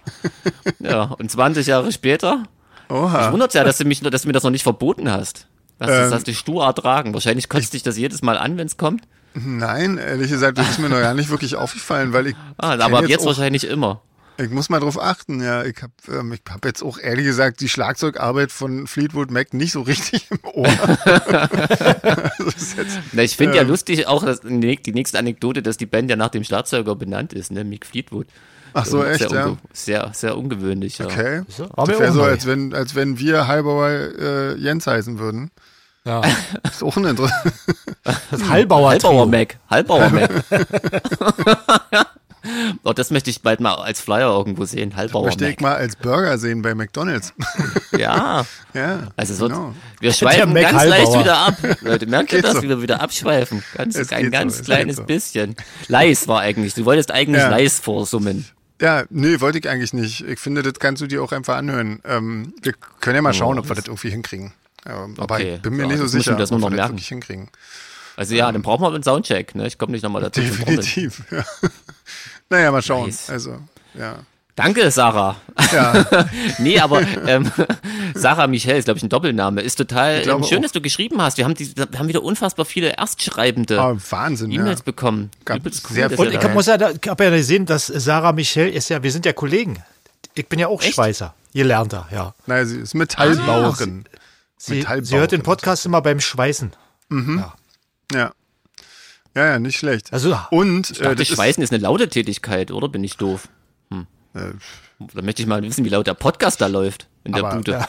[SPEAKER 2] Ja, und 20 Jahre später, ich
[SPEAKER 3] Oha.
[SPEAKER 2] wundert ja, dass du, mich, dass du mir das noch nicht verboten hast. Das, das
[SPEAKER 3] Ähm.
[SPEAKER 2] hast du stur ertragen. Wahrscheinlich kotzt dich das jedes Mal an, wenn es kommt.
[SPEAKER 3] Nein, ehrlich gesagt, das ist mir noch gar nicht wirklich aufgefallen, weil ich.
[SPEAKER 2] Ah,
[SPEAKER 3] kenn
[SPEAKER 2] aber ab jetzt
[SPEAKER 3] auch,
[SPEAKER 2] wahrscheinlich immer.
[SPEAKER 3] Ich muss mal drauf achten, ja. Ich habe ähm, ich hab jetzt auch ehrlich gesagt die Schlagzeugarbeit von Fleetwood Mac nicht so richtig im Ohr. also ist jetzt,
[SPEAKER 2] Na, ich finde ja
[SPEAKER 3] Ähm.
[SPEAKER 2] lustig auch dass die die nächste Anekdote, dass die Band ja nach dem Schlagzeuger benannt ist, ne? Mick Fleetwood.
[SPEAKER 3] Ach so,
[SPEAKER 2] Ähm,
[SPEAKER 3] echt,
[SPEAKER 2] sehr
[SPEAKER 3] ja.
[SPEAKER 2] unge- Sehr, sehr ungewöhnlich, ja.
[SPEAKER 3] okay.
[SPEAKER 1] So, war mir
[SPEAKER 3] Das wäre
[SPEAKER 1] auch
[SPEAKER 3] so,
[SPEAKER 1] neu.
[SPEAKER 3] als wenn, als wenn wir Halbauer äh, Jens heißen würden.
[SPEAKER 1] Ja.
[SPEAKER 3] Ist auch interessant.
[SPEAKER 2] Oh,
[SPEAKER 1] Das Hallbauer.
[SPEAKER 2] Halbauer Mac. Halbauer Mac. oh, das möchte ich bald mal als Flyer irgendwo sehen. Halbauer
[SPEAKER 3] Möchte
[SPEAKER 2] Mac.
[SPEAKER 3] ich mal als Burger sehen bei McDonalds.
[SPEAKER 2] Ja.
[SPEAKER 3] ja.
[SPEAKER 2] Also es wird,
[SPEAKER 3] Genau.
[SPEAKER 2] wir schweifen
[SPEAKER 1] Mac
[SPEAKER 2] ganz leicht
[SPEAKER 1] Halbauer.
[SPEAKER 2] wieder ab. Leute, merkt ihr
[SPEAKER 3] Geht
[SPEAKER 2] das,
[SPEAKER 3] so.
[SPEAKER 2] wie wir wieder abschweifen? Ganz,
[SPEAKER 3] Es
[SPEAKER 2] ein
[SPEAKER 3] geht so,
[SPEAKER 2] ganz
[SPEAKER 3] es geht
[SPEAKER 2] kleines
[SPEAKER 3] so.
[SPEAKER 2] bisschen. Leis war eigentlich, du wolltest eigentlich
[SPEAKER 3] Ja.
[SPEAKER 2] Leis vorsummen.
[SPEAKER 3] Ja, nee, wollte ich eigentlich nicht. Ich finde, das kannst du dir auch einfach anhören. Ähm, wir können ja mal schauen, ob wir das irgendwie hinkriegen. Ähm, Aber
[SPEAKER 2] Oh, Okay,
[SPEAKER 3] ich bin mir
[SPEAKER 2] ja,
[SPEAKER 3] nicht so
[SPEAKER 2] das muss ich
[SPEAKER 3] sicher,
[SPEAKER 2] mir das
[SPEAKER 3] ob
[SPEAKER 2] nur noch
[SPEAKER 3] wir das
[SPEAKER 2] merken.
[SPEAKER 3] wirklich hinkriegen.
[SPEAKER 2] Also ja, dann brauchen wir einen Soundcheck, ne? Ich komme nicht nochmal dazu. zum Trommeln.
[SPEAKER 3] Definitiv. Ja. Naja, mal schauen.
[SPEAKER 2] Nice.
[SPEAKER 3] Also, ja.
[SPEAKER 2] Danke, Sarah.
[SPEAKER 3] Ja,
[SPEAKER 2] Nee, aber ähm, Sarah Michel ist, glaube ich, ein Doppelname. Ist total ähm,
[SPEAKER 3] glaube
[SPEAKER 2] schön,
[SPEAKER 3] auch.
[SPEAKER 2] dass du geschrieben hast. Wir haben, die, wir haben wieder unfassbar viele Erstschreibende.
[SPEAKER 3] aber Wahnsinn, Ah, ja.
[SPEAKER 2] E-Mails bekommen.
[SPEAKER 3] Gab
[SPEAKER 2] Übelst
[SPEAKER 3] sehr
[SPEAKER 2] cool, dass
[SPEAKER 3] viele.
[SPEAKER 1] Und
[SPEAKER 2] ihr
[SPEAKER 1] ich
[SPEAKER 2] da-
[SPEAKER 1] hab- muss ja, da- ich habe ja gesehen, dass Sarah Michel ist ja, wir sind ja Kollegen. Ich bin ja auch
[SPEAKER 2] Echt?
[SPEAKER 1] Schweizer, gelernter, ja.
[SPEAKER 3] Nein, sie ist Metallbauerin.
[SPEAKER 2] Ah.
[SPEAKER 1] Sie,
[SPEAKER 3] Metallbau- Mhm.
[SPEAKER 1] sie hört den Podcast immer beim Schweißen.
[SPEAKER 3] Ja. Ja, ja, nicht schlecht.
[SPEAKER 1] Also,
[SPEAKER 3] Und äh,
[SPEAKER 2] Ich dachte,
[SPEAKER 3] das
[SPEAKER 2] Schweißen ist eine laute Tätigkeit, oder? Bin ich doof?
[SPEAKER 3] Ist, äh,
[SPEAKER 2] Da möchte ich mal wissen, wie laut der Podcast da läuft in der
[SPEAKER 3] Aber-
[SPEAKER 2] Bude.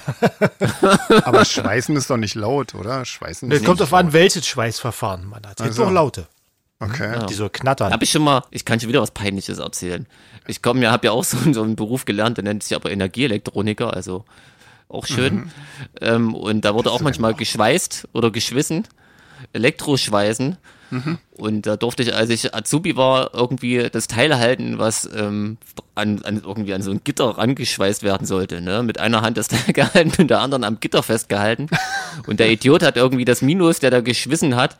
[SPEAKER 3] aber Schweißen ist doch nicht laut, oder? Schweißen
[SPEAKER 1] es
[SPEAKER 3] ist
[SPEAKER 1] kommt auf an, welches Schweißverfahren man hat. Es gibt
[SPEAKER 3] Also.
[SPEAKER 1] auch Laute,
[SPEAKER 3] Okay.
[SPEAKER 1] die so knattern.
[SPEAKER 2] Hab ich schon mal, ich kann schon wieder was Peinliches erzählen. Ich komme ja, habe ja auch so, einen- so einen Beruf gelernt, der nennt sich aber Energieelektroniker, also auch schön. Ähm, und da wurde auch manchmal geschweißt oder geschwissen, Elektroschweißen. Und da durfte ich, als ich Azubi war, irgendwie das Teil halten, was ähm, an, an, irgendwie an so ein Gitter rangeschweißt werden sollte. Ne? Mit einer Hand das Teil gehalten, mit der anderen am Gitter festgehalten. Und der Idiot hat irgendwie das Minus, der da geschwissen hat,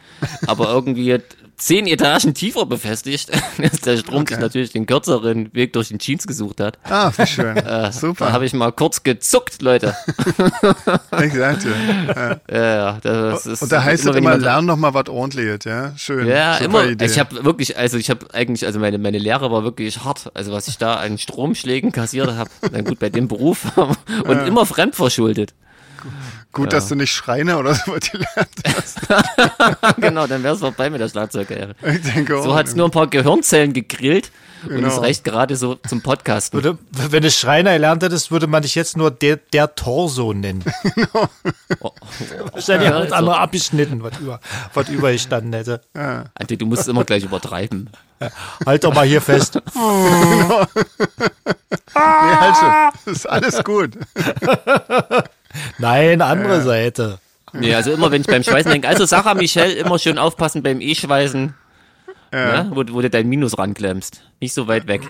[SPEAKER 2] aber irgendwie zehn Etagen tiefer befestigt, dass der Strom sich
[SPEAKER 3] Okay.
[SPEAKER 2] natürlich den kürzeren Weg durch den Jeans gesucht hat.
[SPEAKER 3] Ah, wie schön.
[SPEAKER 2] Da
[SPEAKER 3] Super.
[SPEAKER 2] habe ich mal kurz gezuckt, Leute.
[SPEAKER 3] Ich sagte. Ja.
[SPEAKER 2] Ja, das ist
[SPEAKER 3] Und da heißt es
[SPEAKER 2] wenn
[SPEAKER 3] immer,
[SPEAKER 2] jemand-
[SPEAKER 3] lern noch mal was ordentliches, ja? Schön.
[SPEAKER 2] Ja,
[SPEAKER 3] Super
[SPEAKER 2] immer.
[SPEAKER 3] Idee.
[SPEAKER 2] Ich habe wirklich, also ich habe eigentlich, also meine, meine Lehre war wirklich hart. Also was ich da an Stromschlägen kassiert habe, na gut, bei dem Beruf und immer fremdverschuldet.
[SPEAKER 3] Gut, dass du nicht Schreiner oder so was gelernt hast.
[SPEAKER 2] genau, dann wär's vorbei mit der Schlagzeuglehre.
[SPEAKER 3] Ich denke auch.
[SPEAKER 2] So hat's nur ein paar Gehirnzellen gegrillt und
[SPEAKER 3] Genau.
[SPEAKER 2] es reicht gerade so zum Podcasten.
[SPEAKER 1] Würde, wenn du Schreiner gelernt hättest, würde man dich jetzt nur der, der Torso nennen.
[SPEAKER 3] Genau.
[SPEAKER 2] Oh, oh.
[SPEAKER 1] Ist ja die
[SPEAKER 2] Ja,
[SPEAKER 1] Haut
[SPEAKER 2] also-
[SPEAKER 1] andere abgeschnitten, was über, was übergestanden hätte.
[SPEAKER 2] Alter, du musst es immer gleich übertreiben.
[SPEAKER 1] Halt doch mal hier fest.
[SPEAKER 3] Nee, halt schon. Das ist alles gut.
[SPEAKER 1] Nein, andere Seite.
[SPEAKER 2] Nee, also immer wenn ich beim Schweißen denke, also Sarah Michel, immer schön aufpassen beim E-Schweißen, ne? wo, du- wo du dein Minus ranklemmst. Nicht so weit weg.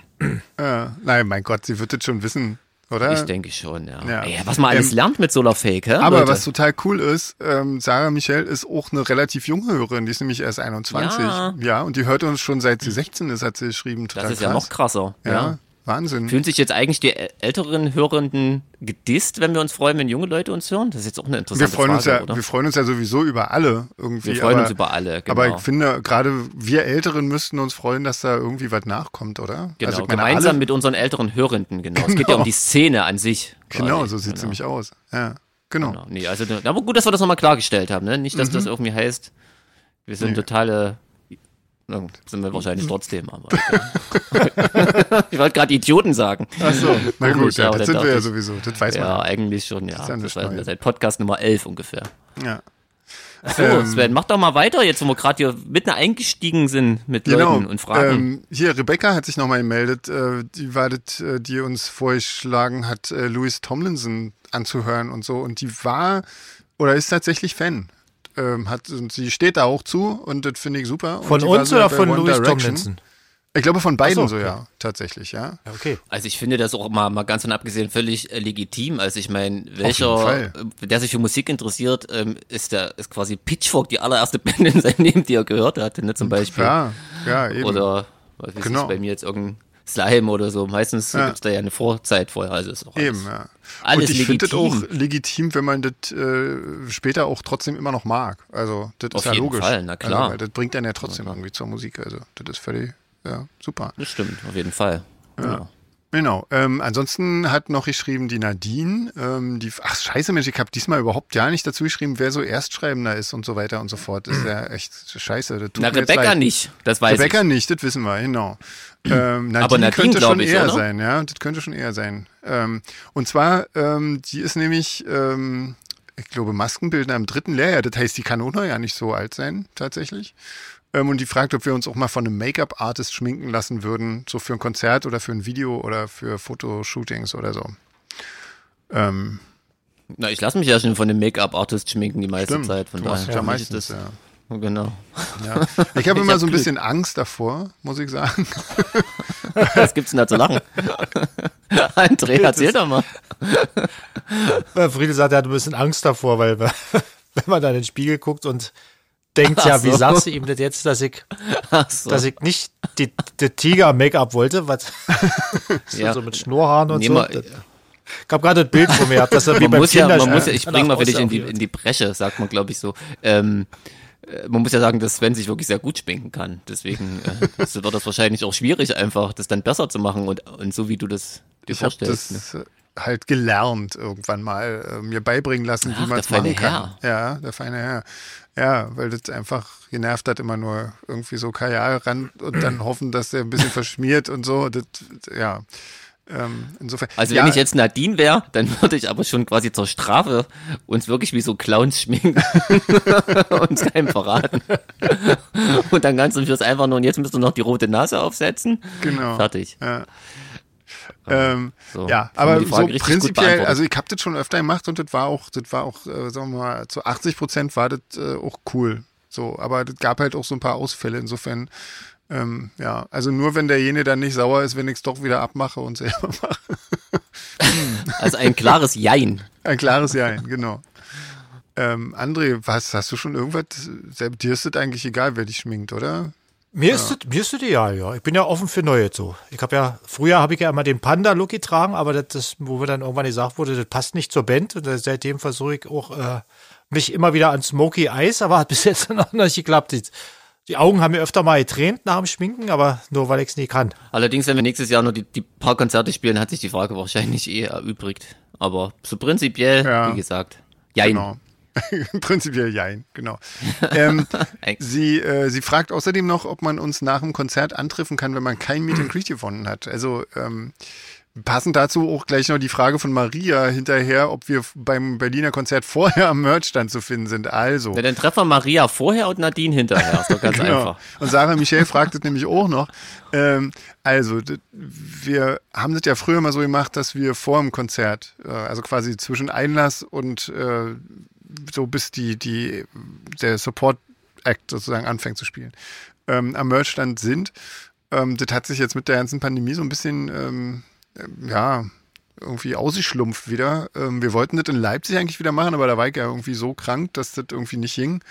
[SPEAKER 3] Ja. Nein, mein Gott, sie wird das schon wissen, oder?
[SPEAKER 2] Ich denke schon, ja.
[SPEAKER 3] Ja.
[SPEAKER 2] Ey, was man alles
[SPEAKER 3] Ähm,
[SPEAKER 2] lernt mit Solarfake, hä?
[SPEAKER 3] Aber
[SPEAKER 2] Leute?
[SPEAKER 3] was total cool ist, ähm, Sarah Michel ist auch eine relativ junge Hörerin, die ist nämlich erst 21.
[SPEAKER 2] Ja.
[SPEAKER 3] und die hört uns schon seit sie 16 ist, hat sie geschrieben. Total
[SPEAKER 2] das ist ja
[SPEAKER 3] krass.
[SPEAKER 2] noch krasser. Ja.
[SPEAKER 3] Ja, Wahnsinn.
[SPEAKER 2] Fühlen sich jetzt eigentlich die äl- älteren Hörenden gedisst, wenn wir uns freuen, wenn junge Leute uns hören? Das ist jetzt auch eine
[SPEAKER 3] Wir
[SPEAKER 2] interessante
[SPEAKER 3] freuen,
[SPEAKER 2] Frage,
[SPEAKER 3] uns ja,
[SPEAKER 2] oder?
[SPEAKER 3] wir freuen uns ja sowieso über alle irgendwie.
[SPEAKER 2] Wir freuen
[SPEAKER 3] aber,
[SPEAKER 2] uns über alle, genau.
[SPEAKER 3] Aber ich finde, gerade wir Älteren müssten uns freuen, dass da irgendwie was nachkommt, oder?
[SPEAKER 2] genau,
[SPEAKER 3] also ich meine,
[SPEAKER 2] gemeinsam
[SPEAKER 3] alle-
[SPEAKER 2] mit unseren älteren Hörenden, genau. Es geht ja um die Szene an sich. quasi.
[SPEAKER 3] Genau, so sieht es nämlich aus. Ja, genau.
[SPEAKER 2] Genau. Nee, also, aber gut, dass wir das nochmal klargestellt haben, ne? Nicht, dass
[SPEAKER 3] Mhm.
[SPEAKER 2] das irgendwie heißt, wir sind totale. Na, gut, sind wir wahrscheinlich trotzdem, aber. ich wollte gerade Idioten sagen.
[SPEAKER 3] Ach so, na gut,
[SPEAKER 2] Komisch,
[SPEAKER 3] ja,
[SPEAKER 2] aber
[SPEAKER 3] das
[SPEAKER 2] dann
[SPEAKER 3] sind wir
[SPEAKER 2] dachte
[SPEAKER 3] ja
[SPEAKER 2] ich-
[SPEAKER 3] sowieso, das weiß
[SPEAKER 2] Ja, eigentlich schon, ja.
[SPEAKER 3] ja nicht
[SPEAKER 2] Das war
[SPEAKER 3] neu.
[SPEAKER 2] seit Podcast Nummer 11 ungefähr.
[SPEAKER 3] man. Ja.
[SPEAKER 2] So,
[SPEAKER 3] Ähm,
[SPEAKER 2] Sven, mach doch mal weiter jetzt, wo wir gerade hier mitten eingestiegen sind mit Leuten und Fragen.
[SPEAKER 3] Genau, Ähm, hier, Rebecca hat sich nochmal gemeldet. Äh, die war das, äh, die uns vorgeschlagen hat, äh, Louis Tomlinson anzuhören und so. Und die war oder ist tatsächlich Fan. ähm, hat, und sie steht da auch zu und das finde ich super. Und
[SPEAKER 1] Von
[SPEAKER 3] die war
[SPEAKER 1] uns
[SPEAKER 3] so
[SPEAKER 1] oder
[SPEAKER 3] bei
[SPEAKER 1] von
[SPEAKER 3] One
[SPEAKER 1] Louis
[SPEAKER 3] Direction.
[SPEAKER 1] Tomlinson?
[SPEAKER 3] Ich glaube von beiden
[SPEAKER 1] Ach so,
[SPEAKER 3] so,
[SPEAKER 1] ja.
[SPEAKER 3] ja, tatsächlich, ja.
[SPEAKER 1] Ja, okay.
[SPEAKER 2] Also ich finde das auch mal, mal ganz von abgesehen völlig äh, legitim. Also ich meine,
[SPEAKER 3] Fall.
[SPEAKER 2] welcher, äh, der sich für Musik interessiert, ähm, ist der ist quasi Pitchfork die allererste Band in seinem Leben, die er gehört hatte, ne, zum Beispiel.
[SPEAKER 3] Ja, ja, eben.
[SPEAKER 2] Oder was weiß
[SPEAKER 3] Genau.
[SPEAKER 2] ich, bei mir jetzt irgendein Slime oder so. Meistens
[SPEAKER 3] Ja.
[SPEAKER 2] gibt's da ja eine Vorzeit vorher. Also ist auch alles.
[SPEAKER 3] Eben, ja.
[SPEAKER 2] alles
[SPEAKER 3] und ich finde das auch
[SPEAKER 2] legitim.
[SPEAKER 3] legitim, wenn man das äh, später auch trotzdem immer noch mag. Also, das
[SPEAKER 2] Auf
[SPEAKER 3] ist ja
[SPEAKER 2] jeden
[SPEAKER 3] logisch.
[SPEAKER 2] Fall, na klar.
[SPEAKER 3] Also, weil das bringt dann ja trotzdem irgendwie zur Musik. Also, das ist völlig, ja, super.
[SPEAKER 2] Das stimmt, auf jeden Fall. Ja.
[SPEAKER 3] Genau. Ähm, ansonsten hat noch geschrieben die Nadine, ähm, die, ach scheiße Mensch, ich habe diesmal überhaupt ja nicht dazu geschrieben, wer so Erstschreibender ist und so weiter und so fort. Ist ja echt scheiße. Das tut
[SPEAKER 2] Na,
[SPEAKER 3] mir jetzt
[SPEAKER 2] Rebecca
[SPEAKER 3] leid.
[SPEAKER 2] nicht, das weiß
[SPEAKER 3] Rebecca
[SPEAKER 2] ich.
[SPEAKER 3] nicht, das wissen wir, genau. Ähm, Nadine,
[SPEAKER 2] Aber Nadine,
[SPEAKER 3] könnte
[SPEAKER 2] glaub
[SPEAKER 3] schon
[SPEAKER 2] ich, ne?
[SPEAKER 3] eher
[SPEAKER 2] oder?
[SPEAKER 3] sein, ja, das könnte schon eher sein. Ähm, und zwar, ähm, die ist nämlich, ähm, ich glaube, Maskenbildner im dritten Lehrjahr, das heißt, die kann auch noch ja nicht so alt sein, tatsächlich. Ähm, und die fragt, ob wir uns auch mal von einem Make-up-Artist schminken lassen würden, so für ein Konzert oder für ein Video oder für Fotoshootings oder so. Ähm,
[SPEAKER 2] Na, ich lasse mich ja schon von dem Make-up-Artist schminken die meiste
[SPEAKER 3] stimmt,
[SPEAKER 2] Zeit. Von
[SPEAKER 3] du machst
[SPEAKER 2] daher
[SPEAKER 3] es ja meistens,
[SPEAKER 2] das,
[SPEAKER 3] ja.
[SPEAKER 2] Genau.
[SPEAKER 3] Ja. Ich habe immer
[SPEAKER 2] hab
[SPEAKER 3] so ein
[SPEAKER 2] Glück.
[SPEAKER 3] bisschen Angst davor, muss ich sagen.
[SPEAKER 2] Was gibt's denn da zu lachen? André, erzähl doch mal.
[SPEAKER 1] Weil Friede sagt, er hat ein bisschen Angst davor, weil wenn man da in den Spiegel guckt und denkt, ja, wie
[SPEAKER 2] so.
[SPEAKER 1] sagst du ihm das jetzt, dass ich,
[SPEAKER 2] Ach so.
[SPEAKER 1] dass ich nicht die, die Tiger-Make-up wollte, was
[SPEAKER 2] ja.
[SPEAKER 1] so mit Schnurrhaaren und
[SPEAKER 2] Nee,
[SPEAKER 1] so.
[SPEAKER 2] mal-
[SPEAKER 1] Das- Ich habe gerade ein Bild von mir gehabt, dass er wie
[SPEAKER 2] man
[SPEAKER 1] beim
[SPEAKER 2] muss ja, man
[SPEAKER 1] Kinderspiel-
[SPEAKER 2] muss ja, ich bring mal für dich in die,
[SPEAKER 1] aussieht.
[SPEAKER 2] in die Bresche, sagt man, glaube ich, so. Ähm, äh, man muss ja sagen, dass Sven sich wirklich sehr gut schminken kann. Deswegen äh, das wird das wahrscheinlich auch schwierig, einfach das dann besser zu machen und, und so, wie du das dir
[SPEAKER 3] Ich habe
[SPEAKER 2] vorstellst. ne?
[SPEAKER 3] das äh, halt gelernt irgendwann mal, äh, mir beibringen lassen, wie
[SPEAKER 2] Ach,
[SPEAKER 3] man
[SPEAKER 2] der
[SPEAKER 3] es machen
[SPEAKER 2] feine
[SPEAKER 3] kann. Ja, der feine Herr. Ja, weil das einfach genervt hat, immer nur irgendwie so Kajal ran und dann hoffen, dass der ein bisschen verschmiert und so. Das, ja. Ähm, insofern.
[SPEAKER 2] Also
[SPEAKER 3] ja,
[SPEAKER 2] wenn ich jetzt Nadine wäre, dann würde ich aber schon quasi zur Strafe uns wirklich wie so Clowns schminken und keinem verraten. Und dann kannst du fürs einfach nur, und jetzt müsst du noch die rote Nase aufsetzen.
[SPEAKER 3] Genau.
[SPEAKER 2] Fertig.
[SPEAKER 3] Ja. Ähm,
[SPEAKER 2] So,
[SPEAKER 3] ja,
[SPEAKER 2] haben wir
[SPEAKER 3] aber
[SPEAKER 2] die Frage
[SPEAKER 3] so
[SPEAKER 2] richtig gut
[SPEAKER 3] prinzipiell,
[SPEAKER 2] beantwortet.
[SPEAKER 3] also ich habe das schon öfter gemacht und das war auch, das war auch, äh, sagen wir mal, zu 80 Prozent war das äh, auch cool. So, aber das gab halt auch so ein paar Ausfälle. Insofern, ähm, ja, also nur wenn derjenige dann nicht sauer ist, wenn ich es doch wieder abmache und selber mache.
[SPEAKER 2] Also ein klares Jein.
[SPEAKER 3] Ein klares Ja, genau. Ähm, André, was, hast du schon irgendwas? Selbst dir ist das eigentlich egal, wer dich schminkt, oder?
[SPEAKER 1] Mir ist, das, mir ist das ideal, ja. Ich bin ja offen für Neues so. Ich habe ja, früher habe ich ja immer den Panda-Look getragen, aber das, das, wo mir dann irgendwann gesagt wurde, das passt nicht zur Band. Und seitdem versuche ich auch äh, mich immer wieder an Smoky Eyes, aber hat bis jetzt noch nicht geklappt. Die, die Augen haben mir öfter mal getränt nach dem Schminken, aber nur weil ich es nie kann.
[SPEAKER 2] Allerdings, wenn wir nächstes Jahr nur die, die paar Konzerte spielen, hat sich die Frage wahrscheinlich eh erübrigt. Aber so prinzipiell,
[SPEAKER 3] Ja.
[SPEAKER 2] wie gesagt, Jein.
[SPEAKER 3] Genau. Prinzipiell jein, genau. Ähm,
[SPEAKER 2] Ein-
[SPEAKER 3] sie, äh, sie fragt außerdem noch, ob man uns nach dem Konzert antreffen kann, wenn man kein Meet and Greet gewonnen hat. Also ähm, passend dazu auch gleich noch die Frage von Maria hinterher, ob wir f- beim Berliner Konzert vorher am Merchstand zu finden sind. Also.
[SPEAKER 2] Na, dann treffen wir Maria vorher und Nadine hinterher. Ist doch ganz
[SPEAKER 3] Genau.
[SPEAKER 2] einfach.
[SPEAKER 3] Und Sarah Michel fragt es nämlich auch noch. Ähm, also, d- wir haben das ja früher mal so gemacht, dass wir vor dem Konzert, äh, also quasi zwischen Einlass und äh, so bis die, die, der Support-Act sozusagen anfängt zu spielen, ähm, am Merchstand sind. Ähm, das hat sich jetzt mit der ganzen Pandemie so ein bisschen, ähm, ähm, ja, irgendwie ausgeschlumpft wieder. Ähm, wir wollten das in Leipzig eigentlich wieder machen, aber da war ich ja irgendwie so krank, dass das irgendwie nicht ging.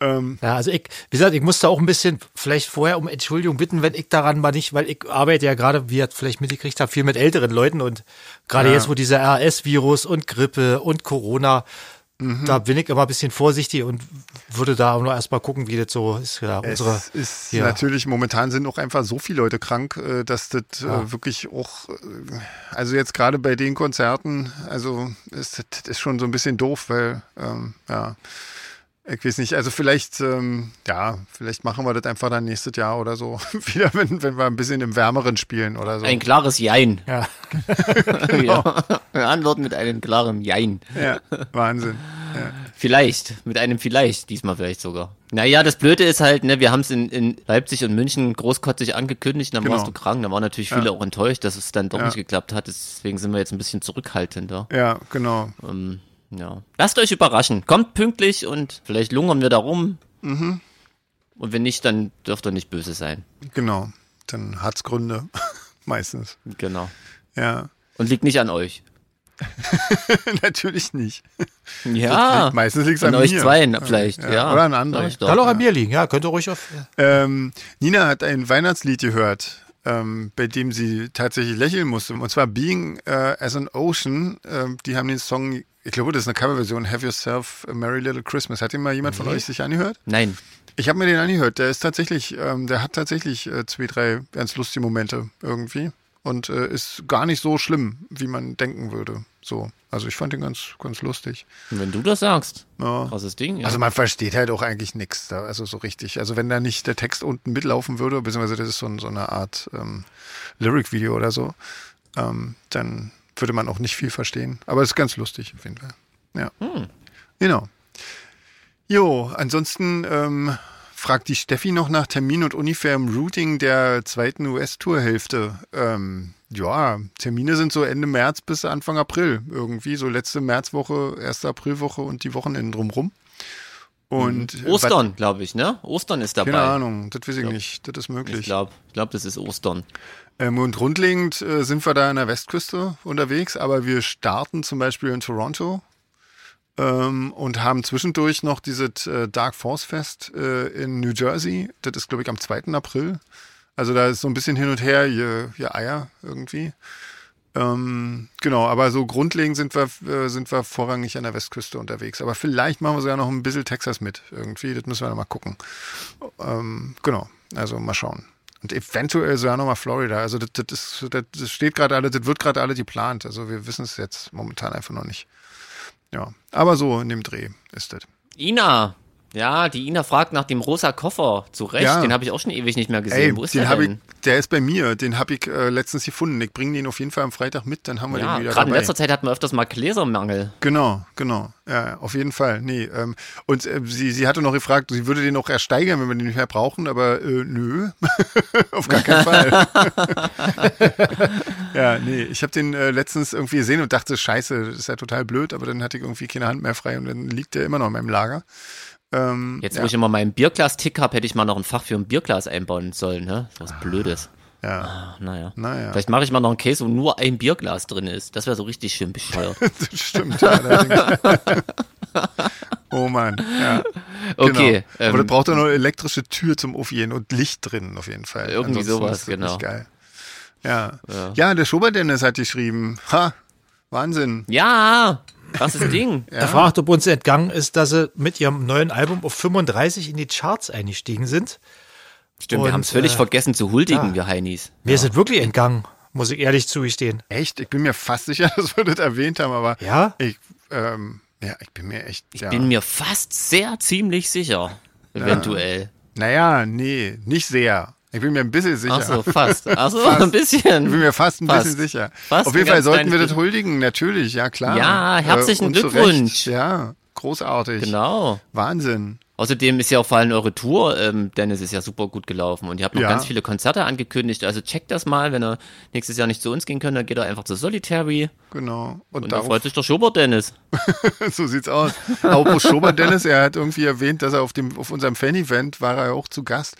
[SPEAKER 3] Ähm,
[SPEAKER 1] Ja, also ich, wie gesagt, ich muss da auch ein bisschen vielleicht vorher um Entschuldigung bitten, wenn ich daran mal nicht, weil ich arbeite ja gerade, wie ihr vielleicht mitgekriegt habt, viel mit älteren Leuten und gerade jetzt, wo dieser RS-Virus und Grippe und Corona, da bin ich immer ein bisschen vorsichtig und würde da auch noch erstmal gucken, wie das so ist. Ja, unsere,
[SPEAKER 3] Es ist
[SPEAKER 1] ja.
[SPEAKER 3] natürlich, momentan sind auch einfach so viele Leute krank, äh, dass das äh, wirklich auch, äh, also jetzt gerade bei den Konzerten, also ist das das ist schon so ein bisschen doof, weil, ähm, ja, ich weiß nicht, also vielleicht, ähm, ja, vielleicht machen wir das einfach dann nächstes Jahr oder so wieder, wenn, wenn wir ein bisschen im Wärmeren spielen oder so.
[SPEAKER 2] Ein klares Jein.
[SPEAKER 1] ja.
[SPEAKER 3] Genau.
[SPEAKER 2] Ja. Wir antworten mit einem klaren Jein.
[SPEAKER 3] Ja, Wahnsinn.
[SPEAKER 2] Vielleicht, mit einem vielleicht, diesmal vielleicht sogar. Naja, das Blöde ist halt, ne, wir haben es in, in Leipzig und München großkotzig angekündigt, dann
[SPEAKER 3] Genau.
[SPEAKER 2] warst du krank, dann waren natürlich viele auch enttäuscht, dass es dann doch
[SPEAKER 3] Ja.
[SPEAKER 2] nicht geklappt hat, deswegen sind wir jetzt ein bisschen zurückhaltender.
[SPEAKER 3] Ja, genau.
[SPEAKER 2] Ähm, Ja. Lasst euch überraschen. Kommt pünktlich und vielleicht lungern wir da rum.
[SPEAKER 3] Mhm.
[SPEAKER 2] Und wenn nicht, dann dürft ihr nicht böse sein.
[SPEAKER 3] Genau. Dann hat's Gründe. Meistens.
[SPEAKER 2] Genau.
[SPEAKER 3] Ja.
[SPEAKER 2] Und liegt nicht an euch.
[SPEAKER 3] Natürlich nicht.
[SPEAKER 2] Ja.
[SPEAKER 3] halt Meistens liegt es an
[SPEAKER 2] Ah. an euch ne?
[SPEAKER 3] mir.
[SPEAKER 2] zweien vielleicht. Ja.
[SPEAKER 3] Oder an anderen.
[SPEAKER 2] Sag ich doch.
[SPEAKER 1] Kann auch an mir liegen, ja, könnt ihr ruhig auf.
[SPEAKER 3] Ähm, Nina hat ein Weihnachtslied gehört, ähm, bei dem sie tatsächlich lächeln musste. Und zwar Being äh, as an Ocean. Ähm, die haben den Song, ich glaube, das ist eine Coverversion, Have Yourself a Merry Little Christmas. Hat den mal jemand von euch sich angehört?
[SPEAKER 2] Nein.
[SPEAKER 3] Ich habe mir den angehört. Der ist tatsächlich, ähm, der hat tatsächlich äh, zwei, drei ganz lustige Momente irgendwie. Und äh, ist gar nicht so schlimm, wie man denken würde. So. Also ich fand den ganz, ganz lustig.
[SPEAKER 2] Und wenn du das sagst,
[SPEAKER 3] Ja.
[SPEAKER 2] krasses Ding. Ja.
[SPEAKER 3] Also man versteht halt auch eigentlich nichts da, also so richtig. Also wenn da nicht der Text unten mitlaufen würde, beziehungsweise das ist so, ein, so eine Art ähm, Lyric-Video oder so, ähm, dann würde man auch nicht viel verstehen. Aber es ist ganz lustig auf jeden Fall. Ja.
[SPEAKER 2] Hm.
[SPEAKER 3] Genau. Jo, ansonsten ähm, fragt die Steffi noch nach Termin und unfairem Routing der zweiten US-Tour-Hälfte. Ähm, ja, Termine sind so Ende März bis Anfang April irgendwie, so letzte Märzwoche, erste Aprilwoche und die Wochenenden drumrum. Und äh, wat-
[SPEAKER 2] Mhm. Ostern, glaube ich, ne? Ostern ist dabei.
[SPEAKER 3] Keine Ahnung, das weiß ich nicht, das ist
[SPEAKER 2] Ich
[SPEAKER 3] möglich.
[SPEAKER 2] glaube, ich glaub, das ist Ostern.
[SPEAKER 3] Ähm, und grundlegend äh, sind wir da an der Westküste unterwegs, aber wir starten zum Beispiel in Toronto ähm, und haben zwischendurch noch dieses äh, Dark Force Fest äh, in New Jersey. Das ist, glaube ich, am 2. April. Also da ist so ein bisschen hin und her, je, je Eier irgendwie. Ähm, genau, aber so grundlegend sind wir, äh, sind wir vorrangig an der Westküste unterwegs. Aber vielleicht machen wir sogar noch ein bisschen Texas mit irgendwie. Das müssen wir noch mal gucken. Ähm, genau, also mal schauen. Und eventuell sogar nochmal Florida. Also das, das, ist, das, das steht gerade alle, das wird gerade alle geplant. Also wir wissen es jetzt momentan einfach noch nicht. Ja, aber so in dem Dreh ist das.
[SPEAKER 2] Ina. Ja, die Ina fragt nach dem rosa Koffer. Zu Recht,
[SPEAKER 3] Ja.
[SPEAKER 2] den habe ich auch schon ewig nicht mehr gesehen.
[SPEAKER 3] Ey,
[SPEAKER 2] Wo ist
[SPEAKER 3] den
[SPEAKER 2] der
[SPEAKER 3] habe ich,
[SPEAKER 2] denn?
[SPEAKER 3] der ist bei mir, den habe ich äh, letztens gefunden. Ich bringe den auf jeden Fall am Freitag mit, dann haben wir
[SPEAKER 2] Ja,
[SPEAKER 3] den wieder
[SPEAKER 2] gerade in
[SPEAKER 3] dabei.
[SPEAKER 2] letzter Zeit hat man öfters mal Gläsermangel.
[SPEAKER 3] Genau, genau. Ja, auf jeden Fall. Nee, ähm, und äh, sie, sie hatte noch gefragt, sie würde den auch ersteigern, wenn wir den nicht mehr brauchen, aber äh, nö, auf gar keinen Fall. ja, nee, ich habe den äh, letztens irgendwie gesehen und dachte, scheiße, das ist ja total blöd, aber dann hatte ich irgendwie keine Hand mehr frei und dann liegt der immer noch in meinem Lager. Ähm,
[SPEAKER 2] Jetzt,
[SPEAKER 3] ja,
[SPEAKER 2] wo ich immer meinen Bierglas-Tick habe, hätte ich mal noch ein Fach für ein Bierglas einbauen sollen. Ne? Was Blödes.
[SPEAKER 3] Ah, ja,
[SPEAKER 2] Ach, naja.
[SPEAKER 3] naja,
[SPEAKER 2] Vielleicht mache ich mal noch einen Case, wo nur ein Bierglas drin ist. Das wäre so richtig schön bescheuert.
[SPEAKER 3] das stimmt. allerdings. oh Mann, ja.
[SPEAKER 2] Okay.
[SPEAKER 3] Genau. Aber
[SPEAKER 2] ähm,
[SPEAKER 3] das braucht ja nur eine elektrische Tür zum Aufgehen und Licht drin auf jeden Fall.
[SPEAKER 2] Irgendwie sowas,
[SPEAKER 3] ist das
[SPEAKER 2] genau.
[SPEAKER 3] Nicht geil. Ja. ja. der Schoberdennis hat geschrieben. Ha, Wahnsinn.
[SPEAKER 2] ja, krasses Ding.
[SPEAKER 1] Er fragt, ob uns entgangen ist, dass sie mit ihrem neuen Album auf 35 in die Charts eingestiegen sind.
[SPEAKER 2] Stimmt,
[SPEAKER 1] Und,
[SPEAKER 2] wir haben es völlig
[SPEAKER 1] äh,
[SPEAKER 2] vergessen zu huldigen, wir Heinis.
[SPEAKER 1] Mir ist es wirklich entgangen, muss ich ehrlich zugestehen.
[SPEAKER 3] Echt? Ich bin mir fast sicher, dass wir das erwähnt haben, aber
[SPEAKER 1] Ja?
[SPEAKER 3] ich, ähm, ja, ich bin mir echt. ja.
[SPEAKER 2] Bin mir fast sehr ziemlich sicher, eventuell.
[SPEAKER 3] naja, nee, nicht sehr. Ich bin mir ein bisschen sicher.
[SPEAKER 2] Ach so, Also fast. Ach so, ein
[SPEAKER 3] Ich bin
[SPEAKER 2] bisschen.
[SPEAKER 3] mir fast ein
[SPEAKER 2] Fast.
[SPEAKER 3] bisschen sicher.
[SPEAKER 2] Fast
[SPEAKER 3] Auf
[SPEAKER 2] ein
[SPEAKER 3] jeden Fall
[SPEAKER 2] ganz
[SPEAKER 3] sollten wir
[SPEAKER 2] kleines
[SPEAKER 3] das huldigen, natürlich, ja klar. Äh,
[SPEAKER 2] Ja, herzlichen
[SPEAKER 3] und zu
[SPEAKER 2] Glückwunsch.
[SPEAKER 3] Recht. Ja, großartig.
[SPEAKER 2] Genau.
[SPEAKER 3] Wahnsinn.
[SPEAKER 2] Außerdem ist ja auch vor allem eure Tour, ähm, Dennis, ist ja super gut gelaufen und ihr habt noch
[SPEAKER 3] Ja.
[SPEAKER 2] ganz viele Konzerte angekündigt. Also checkt das mal, wenn ihr nächstes Jahr nicht zu uns gehen könnt, dann geht ihr einfach zu Solitary
[SPEAKER 3] Genau. Und,
[SPEAKER 2] und da
[SPEAKER 3] darauf
[SPEAKER 2] freut sich der Schubert, Dennis.
[SPEAKER 3] So sieht's aus. Apropos Schobert Dennis, er hat irgendwie erwähnt, dass er auf dem auf unserem Fan-Event war er auch zu Gast.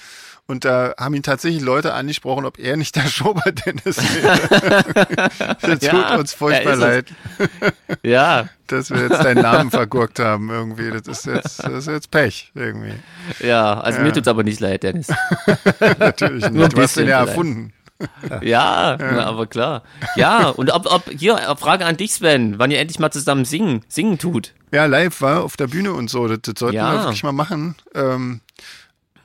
[SPEAKER 3] Und da haben ihn tatsächlich Leute angesprochen, ob er nicht der Schobert Dennis wäre. das tut
[SPEAKER 2] Ja,
[SPEAKER 3] uns furchtbar
[SPEAKER 2] er ist es.
[SPEAKER 3] leid,
[SPEAKER 2] Ja,
[SPEAKER 3] dass wir jetzt deinen Namen vergurkt haben irgendwie. Das ist jetzt, das ist jetzt Pech irgendwie.
[SPEAKER 2] ja, also mir tut's aber nicht leid, Dennis.
[SPEAKER 3] Natürlich
[SPEAKER 2] Nur ein
[SPEAKER 3] nicht. Du hast den
[SPEAKER 2] bisschen
[SPEAKER 3] ja
[SPEAKER 2] vielleicht.
[SPEAKER 3] erfunden.
[SPEAKER 2] Ja, Na, aber klar. Ja, und ob, ob hier, äh, Frage an dich, Sven, wann ihr endlich mal zusammen singen, singen tut.
[SPEAKER 3] Ja, live war auf der Bühne und so. Das, das sollten
[SPEAKER 2] Ja.
[SPEAKER 3] wir wirklich mal machen. Ähm,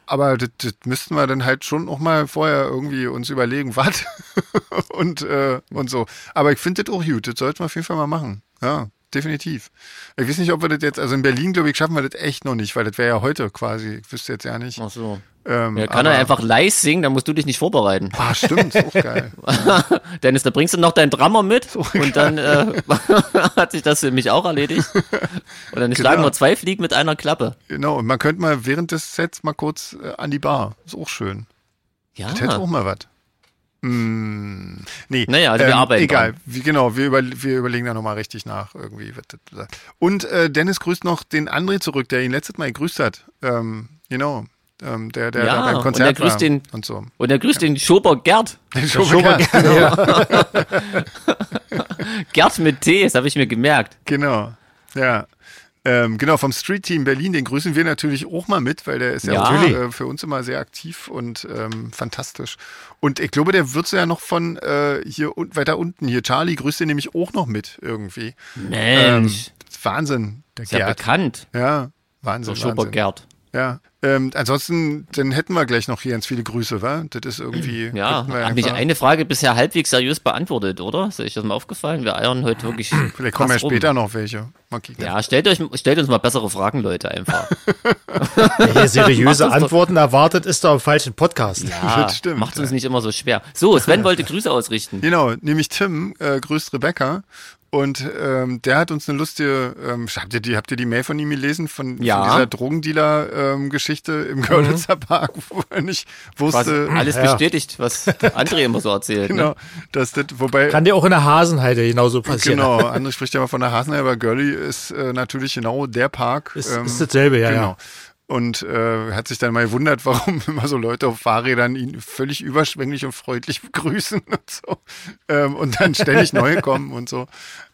[SPEAKER 3] aber das, das müssten wir dann halt schon auch mal vorher irgendwie uns überlegen, was und, äh, und so. Aber ich finde das auch gut. Das sollten wir auf jeden Fall mal machen. Ja, definitiv. Ich weiß nicht, ob wir das jetzt, also in Berlin, glaube ich, schaffen wir das echt noch nicht, weil das wäre ja heute quasi. Ich wüsste jetzt ja nicht.
[SPEAKER 2] Ach so.
[SPEAKER 3] Ähm,
[SPEAKER 2] Ja, kann
[SPEAKER 3] aber-
[SPEAKER 2] er einfach leis singen, dann musst du dich nicht vorbereiten.
[SPEAKER 3] Ah, stimmt, ist auch geil.
[SPEAKER 2] Dennis, da bringst du noch deinen Drummer mit und dann äh, hat sich das für mich auch erledigt. Und dann schlagen wir zwei Fliegen mit einer Klappe.
[SPEAKER 3] Genau, und man könnte mal während des Sets mal kurz äh, an die Bar. Ist auch schön.
[SPEAKER 2] Ja,
[SPEAKER 3] Das hätte auch mal was. Hm, nee.
[SPEAKER 2] Ah. Naja, also wir arbeiten
[SPEAKER 3] Egal,
[SPEAKER 2] dran.
[SPEAKER 3] wie, genau, wir, über, wir überlegen da nochmal richtig nach irgendwie. was das sagt. Und äh, Dennis grüßt noch den André zurück, der ihn letztes Mal gegrüßt hat. Ähm, genau. Ähm, der, der
[SPEAKER 2] Ja,
[SPEAKER 3] da beim
[SPEAKER 2] und
[SPEAKER 3] Konzert
[SPEAKER 2] er grüßt
[SPEAKER 3] war
[SPEAKER 2] den-
[SPEAKER 3] und so.
[SPEAKER 2] Und er grüßt den Schober Gerd.
[SPEAKER 3] Der
[SPEAKER 1] Schubert,
[SPEAKER 3] Schubert,
[SPEAKER 2] Gerd mit T, das habe ich mir gemerkt.
[SPEAKER 3] Genau. Ja. Ähm, genau, vom Street Team Berlin, den grüßen wir natürlich auch mal mit, weil der ist ja,
[SPEAKER 2] Ja.
[SPEAKER 3] auch, äh, für uns immer sehr aktiv und ähm, fantastisch. Und ich glaube, der wird so ja noch von äh, hier un weiter unten hier. Charlie grüßt den nämlich auch noch mit irgendwie. Ähm,
[SPEAKER 2] Mensch,
[SPEAKER 3] Wahnsinn, der
[SPEAKER 2] ist ja
[SPEAKER 3] Gerd.
[SPEAKER 2] bekannt.
[SPEAKER 3] Ja,
[SPEAKER 2] So
[SPEAKER 3] Wahnsinn.
[SPEAKER 2] Schober
[SPEAKER 3] Wahnsinn.
[SPEAKER 2] Gerd.
[SPEAKER 3] Ja. Ähm, ansonsten, dann hätten wir gleich noch hier ganz viele Grüße, wa? Das ist irgendwie.
[SPEAKER 2] Ja,
[SPEAKER 3] hätten wir
[SPEAKER 2] habe ich
[SPEAKER 3] einfach-
[SPEAKER 2] eine Frage bisher halbwegs seriös beantwortet, oder? Ist euch das mal aufgefallen? Wir eiern heute wirklich.
[SPEAKER 3] Vielleicht kommen ja
[SPEAKER 2] krass rum.
[SPEAKER 3] später noch welche. Mal kicken.
[SPEAKER 2] Ja, stellt, euch, stellt uns mal bessere Fragen, Leute, einfach.
[SPEAKER 1] Wer hier
[SPEAKER 2] Mach
[SPEAKER 1] seriöse
[SPEAKER 2] das doch.
[SPEAKER 1] Antworten erwartet, ist da im falschen Podcast.
[SPEAKER 2] Ja,
[SPEAKER 3] Das stimmt,
[SPEAKER 2] Macht uns
[SPEAKER 3] ja.
[SPEAKER 2] nicht immer so schwer. So, Sven wollte Grüße ausrichten.
[SPEAKER 3] Genau, nämlich Tim äh, grüßt Rebecca und ähm, der hat uns eine lustige, ähm, habt, ihr die, habt ihr die Mail von ihm gelesen, von,
[SPEAKER 2] Ja.
[SPEAKER 3] von dieser Drogendealer-Geschichte ähm, im Görlitzer
[SPEAKER 1] Mhm.
[SPEAKER 3] Park, wo er nicht
[SPEAKER 2] Quasi
[SPEAKER 3] wusste,
[SPEAKER 2] alles
[SPEAKER 1] Ja.
[SPEAKER 2] bestätigt, was André immer so erzählt. Ne?
[SPEAKER 3] Äh, genau, dass das, wobei,
[SPEAKER 1] Kann dir auch in der Hasenheide genauso passieren.
[SPEAKER 3] genau, André spricht ja mal von der Hasenheim, aber Görli ist äh, natürlich genau der Park.
[SPEAKER 1] Ist- ist dasselbe, ja,
[SPEAKER 3] Genau.
[SPEAKER 1] ja.
[SPEAKER 3] Und äh, hat sich dann mal gewundert, warum immer so Leute auf Fahrrädern ihn völlig überschwänglich und freundlich begrüßen und so. Ähm, und dann ständig neue kommen und so.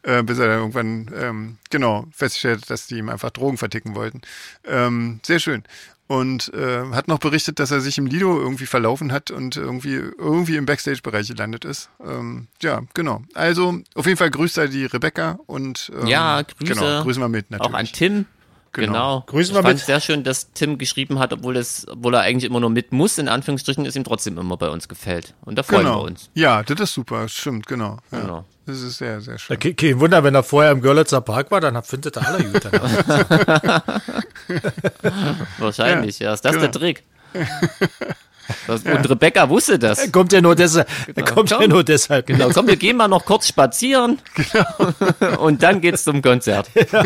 [SPEAKER 3] Äh, bis er dann irgendwann, ähm, genau, festgestellt hat, dass die ihm einfach Drogen verticken wollten. Ähm, sehr schön. Und äh, hat noch berichtet, dass er sich im Lido irgendwie verlaufen hat und irgendwie, irgendwie im Backstage-Bereich gelandet ist. Ähm, ja, genau. Also auf jeden Fall grüßt er die Rebecca und ähm,
[SPEAKER 2] Ja, Grüße.
[SPEAKER 3] Genau, grüßen wir mit natürlich.
[SPEAKER 2] Auch an Tim.
[SPEAKER 3] Genau.
[SPEAKER 2] Genau.
[SPEAKER 1] Grüßen
[SPEAKER 2] ich
[SPEAKER 1] wir
[SPEAKER 2] fand
[SPEAKER 1] mit.
[SPEAKER 2] sehr schön, dass Tim geschrieben hat, obwohl, das, obwohl er eigentlich immer nur mit muss, in Anführungsstrichen, ist ihm trotzdem immer bei uns gefällt. Und da freuen
[SPEAKER 3] genau.
[SPEAKER 2] wir uns.
[SPEAKER 3] Ja, das ist super, stimmt, genau. Ja.
[SPEAKER 2] Genau.
[SPEAKER 3] Das ist sehr, sehr
[SPEAKER 1] Ja,
[SPEAKER 3] schön.
[SPEAKER 1] ke- Kein Wunder, wenn er vorher im Görlitzer Park war, dann findet er alle ne? gut. danach.
[SPEAKER 2] Wahrscheinlich, ja. Ist das
[SPEAKER 3] genau.
[SPEAKER 2] der Trick? Das, Und Rebecca wusste das.
[SPEAKER 1] Er kommt ja nur deshalb. Er kommt ja
[SPEAKER 2] Komm.
[SPEAKER 1] nur deshalb.
[SPEAKER 2] Genau, komm, wir gehen mal noch kurz spazieren
[SPEAKER 3] Genau.
[SPEAKER 2] und dann geht's zum Konzert. ah,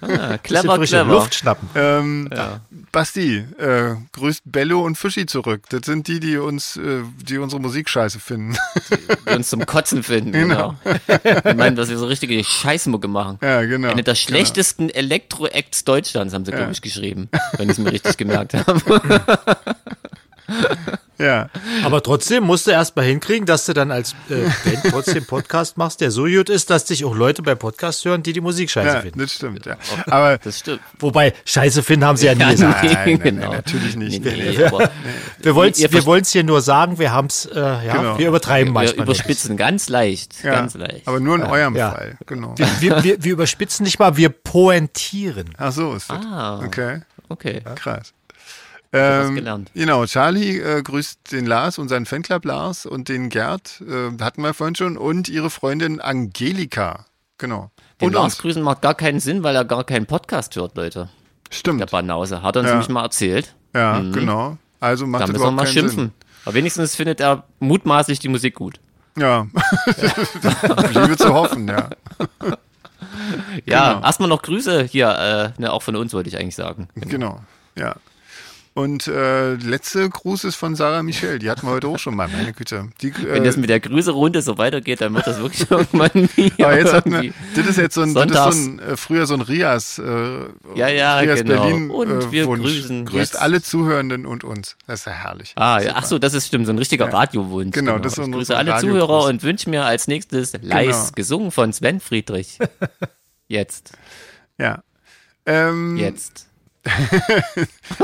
[SPEAKER 1] Bisschen
[SPEAKER 2] clever,
[SPEAKER 1] frische
[SPEAKER 2] clever.
[SPEAKER 1] Luft schnappen.
[SPEAKER 3] Ähm, Basti, äh, grüßt Bello und Fischi zurück. Das sind die, die uns, äh, die unsere Musik scheiße finden.
[SPEAKER 2] die uns zum Kotzen finden. Genau. Ich meine, dass wir so richtige Scheißmucke machen.
[SPEAKER 3] ja, genau.
[SPEAKER 2] Eine der
[SPEAKER 3] genau.
[SPEAKER 2] schlechtesten Elektro-Acts Deutschlands, haben sie, glaube ich, geschrieben, wenn ich es mir richtig gemerkt habe.
[SPEAKER 3] Ja,
[SPEAKER 1] Aber trotzdem musst du erst mal hinkriegen, dass du dann als äh, Band trotzdem Podcast machst, der so gut ist, dass dich auch Leute bei Podcasts hören, die die Musik scheiße
[SPEAKER 3] ja
[SPEAKER 1] finden.
[SPEAKER 3] das stimmt. Ja. Aber
[SPEAKER 2] Das stimmt.
[SPEAKER 1] Wobei, scheiße finden haben sie ja nie
[SPEAKER 2] Ja,
[SPEAKER 1] gesagt.
[SPEAKER 3] nein, nein,
[SPEAKER 2] genau.
[SPEAKER 3] natürlich nicht.
[SPEAKER 2] Nee, nee, aber
[SPEAKER 1] Wir wollen's,
[SPEAKER 2] Ihr
[SPEAKER 1] wir
[SPEAKER 2] verst-
[SPEAKER 1] wollen's hier nur sagen, wir haben's, äh, ja,
[SPEAKER 3] Genau.
[SPEAKER 1] wir übertreiben
[SPEAKER 2] wir
[SPEAKER 1] manchmal. noch.
[SPEAKER 2] überspitzen ganz leicht.
[SPEAKER 3] ja,
[SPEAKER 2] Ganz leicht.
[SPEAKER 3] aber nur in eurem
[SPEAKER 1] Ja.
[SPEAKER 3] Fall. Genau.
[SPEAKER 1] Wir, wir, wir überspitzen nicht mal, wir poentieren.
[SPEAKER 3] Ach so ist das.
[SPEAKER 2] Ah.
[SPEAKER 3] Okay. ähm,
[SPEAKER 2] okay.
[SPEAKER 3] Krass.
[SPEAKER 2] was
[SPEAKER 3] Ähm,
[SPEAKER 2] gelernt.
[SPEAKER 3] Genau, Charlie äh, grüßt den Lars und seinen Fanclub Lars und den Gerd, äh, hatten wir vorhin schon, und ihre Freundin Angelika. Genau.
[SPEAKER 2] Den
[SPEAKER 3] und
[SPEAKER 2] Lars
[SPEAKER 3] uns.
[SPEAKER 2] grüßen macht gar keinen Sinn, weil er gar keinen Podcast hört, Leute. Der
[SPEAKER 3] Stimmt.
[SPEAKER 2] Banause. Hat er uns
[SPEAKER 3] Ja.
[SPEAKER 2] nämlich mal erzählt.
[SPEAKER 3] Ja, genau. Also macht
[SPEAKER 2] Mhm. Da
[SPEAKER 3] das
[SPEAKER 2] müssen wir
[SPEAKER 3] überhaupt
[SPEAKER 2] mal
[SPEAKER 3] keinen
[SPEAKER 2] schimpfen.
[SPEAKER 3] Sinn.
[SPEAKER 2] Aber wenigstens findet er mutmaßlich die Musik gut.
[SPEAKER 3] Ja. Liebe zu hoffen, ja.
[SPEAKER 2] Ja,
[SPEAKER 3] Genau.
[SPEAKER 2] erstmal noch Grüße hier, äh, ne, auch von uns wollte ich eigentlich sagen.
[SPEAKER 3] Genau. Ja. Und äh, letzte Gruß ist von Sarah Michel. Die hatten wir heute auch schon mal, meine Güte. Die,
[SPEAKER 2] Wenn das
[SPEAKER 3] äh,
[SPEAKER 2] mit der Grüße-Runde so weitergeht, dann wird das wirklich irgendwann nie.
[SPEAKER 3] aber Ah, jetzt hat man,
[SPEAKER 2] irgendwie.
[SPEAKER 3] das ist jetzt so ein, das ist
[SPEAKER 2] Sonntags.
[SPEAKER 3] so ein äh, früher so ein Rias, äh,
[SPEAKER 2] Ja, ja,
[SPEAKER 3] Rias
[SPEAKER 2] genau.
[SPEAKER 3] Berlin äh,
[SPEAKER 2] Und wir
[SPEAKER 3] Wunsch.
[SPEAKER 2] grüßen
[SPEAKER 3] grüßt
[SPEAKER 2] jetzt.
[SPEAKER 3] alle Zuhörenden und uns. Das ist ja herrlich.
[SPEAKER 2] Ah, ja, ach so, das ist stimmt, so ein richtiger Radiowunsch.
[SPEAKER 3] Genau, das ist
[SPEAKER 2] ich
[SPEAKER 3] unser
[SPEAKER 2] grüße alle
[SPEAKER 3] Radiogruß.
[SPEAKER 2] Zuhörer und wünsche mir als nächstes Leis,
[SPEAKER 3] Genau.
[SPEAKER 2] gesungen von Sven Friedrich. Jetzt,
[SPEAKER 3] Ja. Ähm,
[SPEAKER 2] jetzt.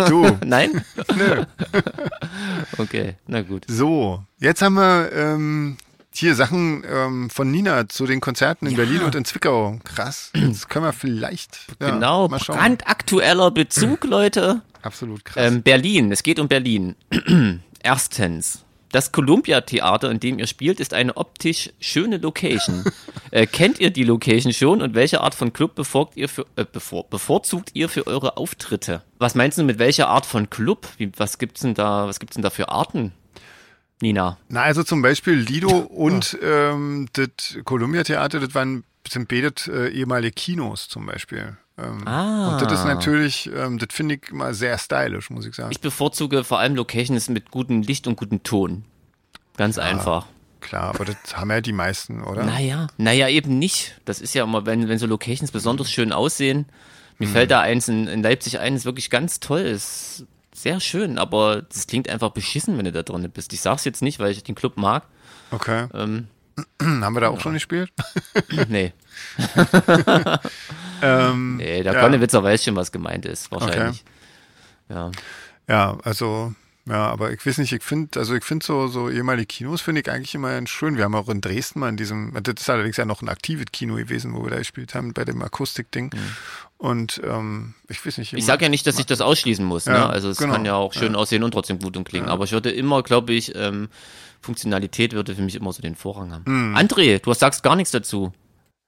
[SPEAKER 3] Du,
[SPEAKER 2] Nein? okay, na gut.
[SPEAKER 3] So, jetzt haben wir ähm, hier Sachen ähm, von Nina zu den Konzerten in Berlin und in Zwickau. Krass, das können wir vielleicht. Ja,
[SPEAKER 2] Genau,
[SPEAKER 3] mal schauen.
[SPEAKER 2] brandaktueller Bezug, Leute.
[SPEAKER 3] Absolut krass.
[SPEAKER 2] Ähm, Berlin, es geht um Berlin. Erstens. Das Columbia-Theater, in dem ihr spielt, ist eine optisch schöne Location. äh, kennt ihr die Location schon und welche Art von Club bevorzugt ihr für, äh, bevor, bevorzugt ihr für eure Auftritte? Was meinst du mit welcher Art von Club? Wie, was gibt's denn da? Was gibt's denn da für Arten, Nina?
[SPEAKER 3] Na, also zum Beispiel Lido und ähm, das Columbia Theater, das waren sind betet äh, ehemalige Kinos zum Beispiel. Ähm,
[SPEAKER 2] Ah.
[SPEAKER 3] Und das ist natürlich, ähm, das finde ich mal sehr stylisch, muss ich sagen.
[SPEAKER 2] Ich bevorzuge vor allem Locations mit gutem Licht und gutem Ton. Ganz einfach.
[SPEAKER 3] Klar, aber das haben ja die meisten, oder?
[SPEAKER 2] Naja, naja, eben nicht. Das ist ja immer, wenn, wenn so Locations besonders schön aussehen.
[SPEAKER 3] Hm.
[SPEAKER 2] Mir fällt da eins in, in Leipzig ein, das wirklich ganz toll ist. Sehr schön, aber das klingt einfach beschissen, wenn du da drin bist. Ich sag's jetzt nicht, weil ich den Club mag.
[SPEAKER 3] Okay.
[SPEAKER 2] Ähm,
[SPEAKER 3] haben wir da auch schon gespielt?
[SPEAKER 2] nee.
[SPEAKER 3] ähm,
[SPEAKER 2] nee, der
[SPEAKER 3] ja.
[SPEAKER 2] Konnewitzer weiß schon, was gemeint ist, wahrscheinlich. Ja.
[SPEAKER 3] Ja, also, ja, aber ich weiß nicht, ich finde, also ich finde so, so ehemalige Kinos finde ich eigentlich immer ganz schön. Wir haben auch in Dresden mal in diesem, das ist allerdings ja noch ein aktives Kino gewesen, wo wir da gespielt haben, bei dem Akustikding. Und ähm, ich weiß nicht,
[SPEAKER 2] Mhm. Ich sage ja nicht, dass ich das ausschließen muss.
[SPEAKER 3] Ja,
[SPEAKER 2] ne? Also es
[SPEAKER 3] genau.
[SPEAKER 2] kann ja auch schön aussehen und trotzdem gut und klingen. Aber ich würde immer, glaube ich, ähm, Funktionalität würde für mich immer so den Vorrang haben.
[SPEAKER 3] Hm.
[SPEAKER 2] André, du sagst gar nichts dazu.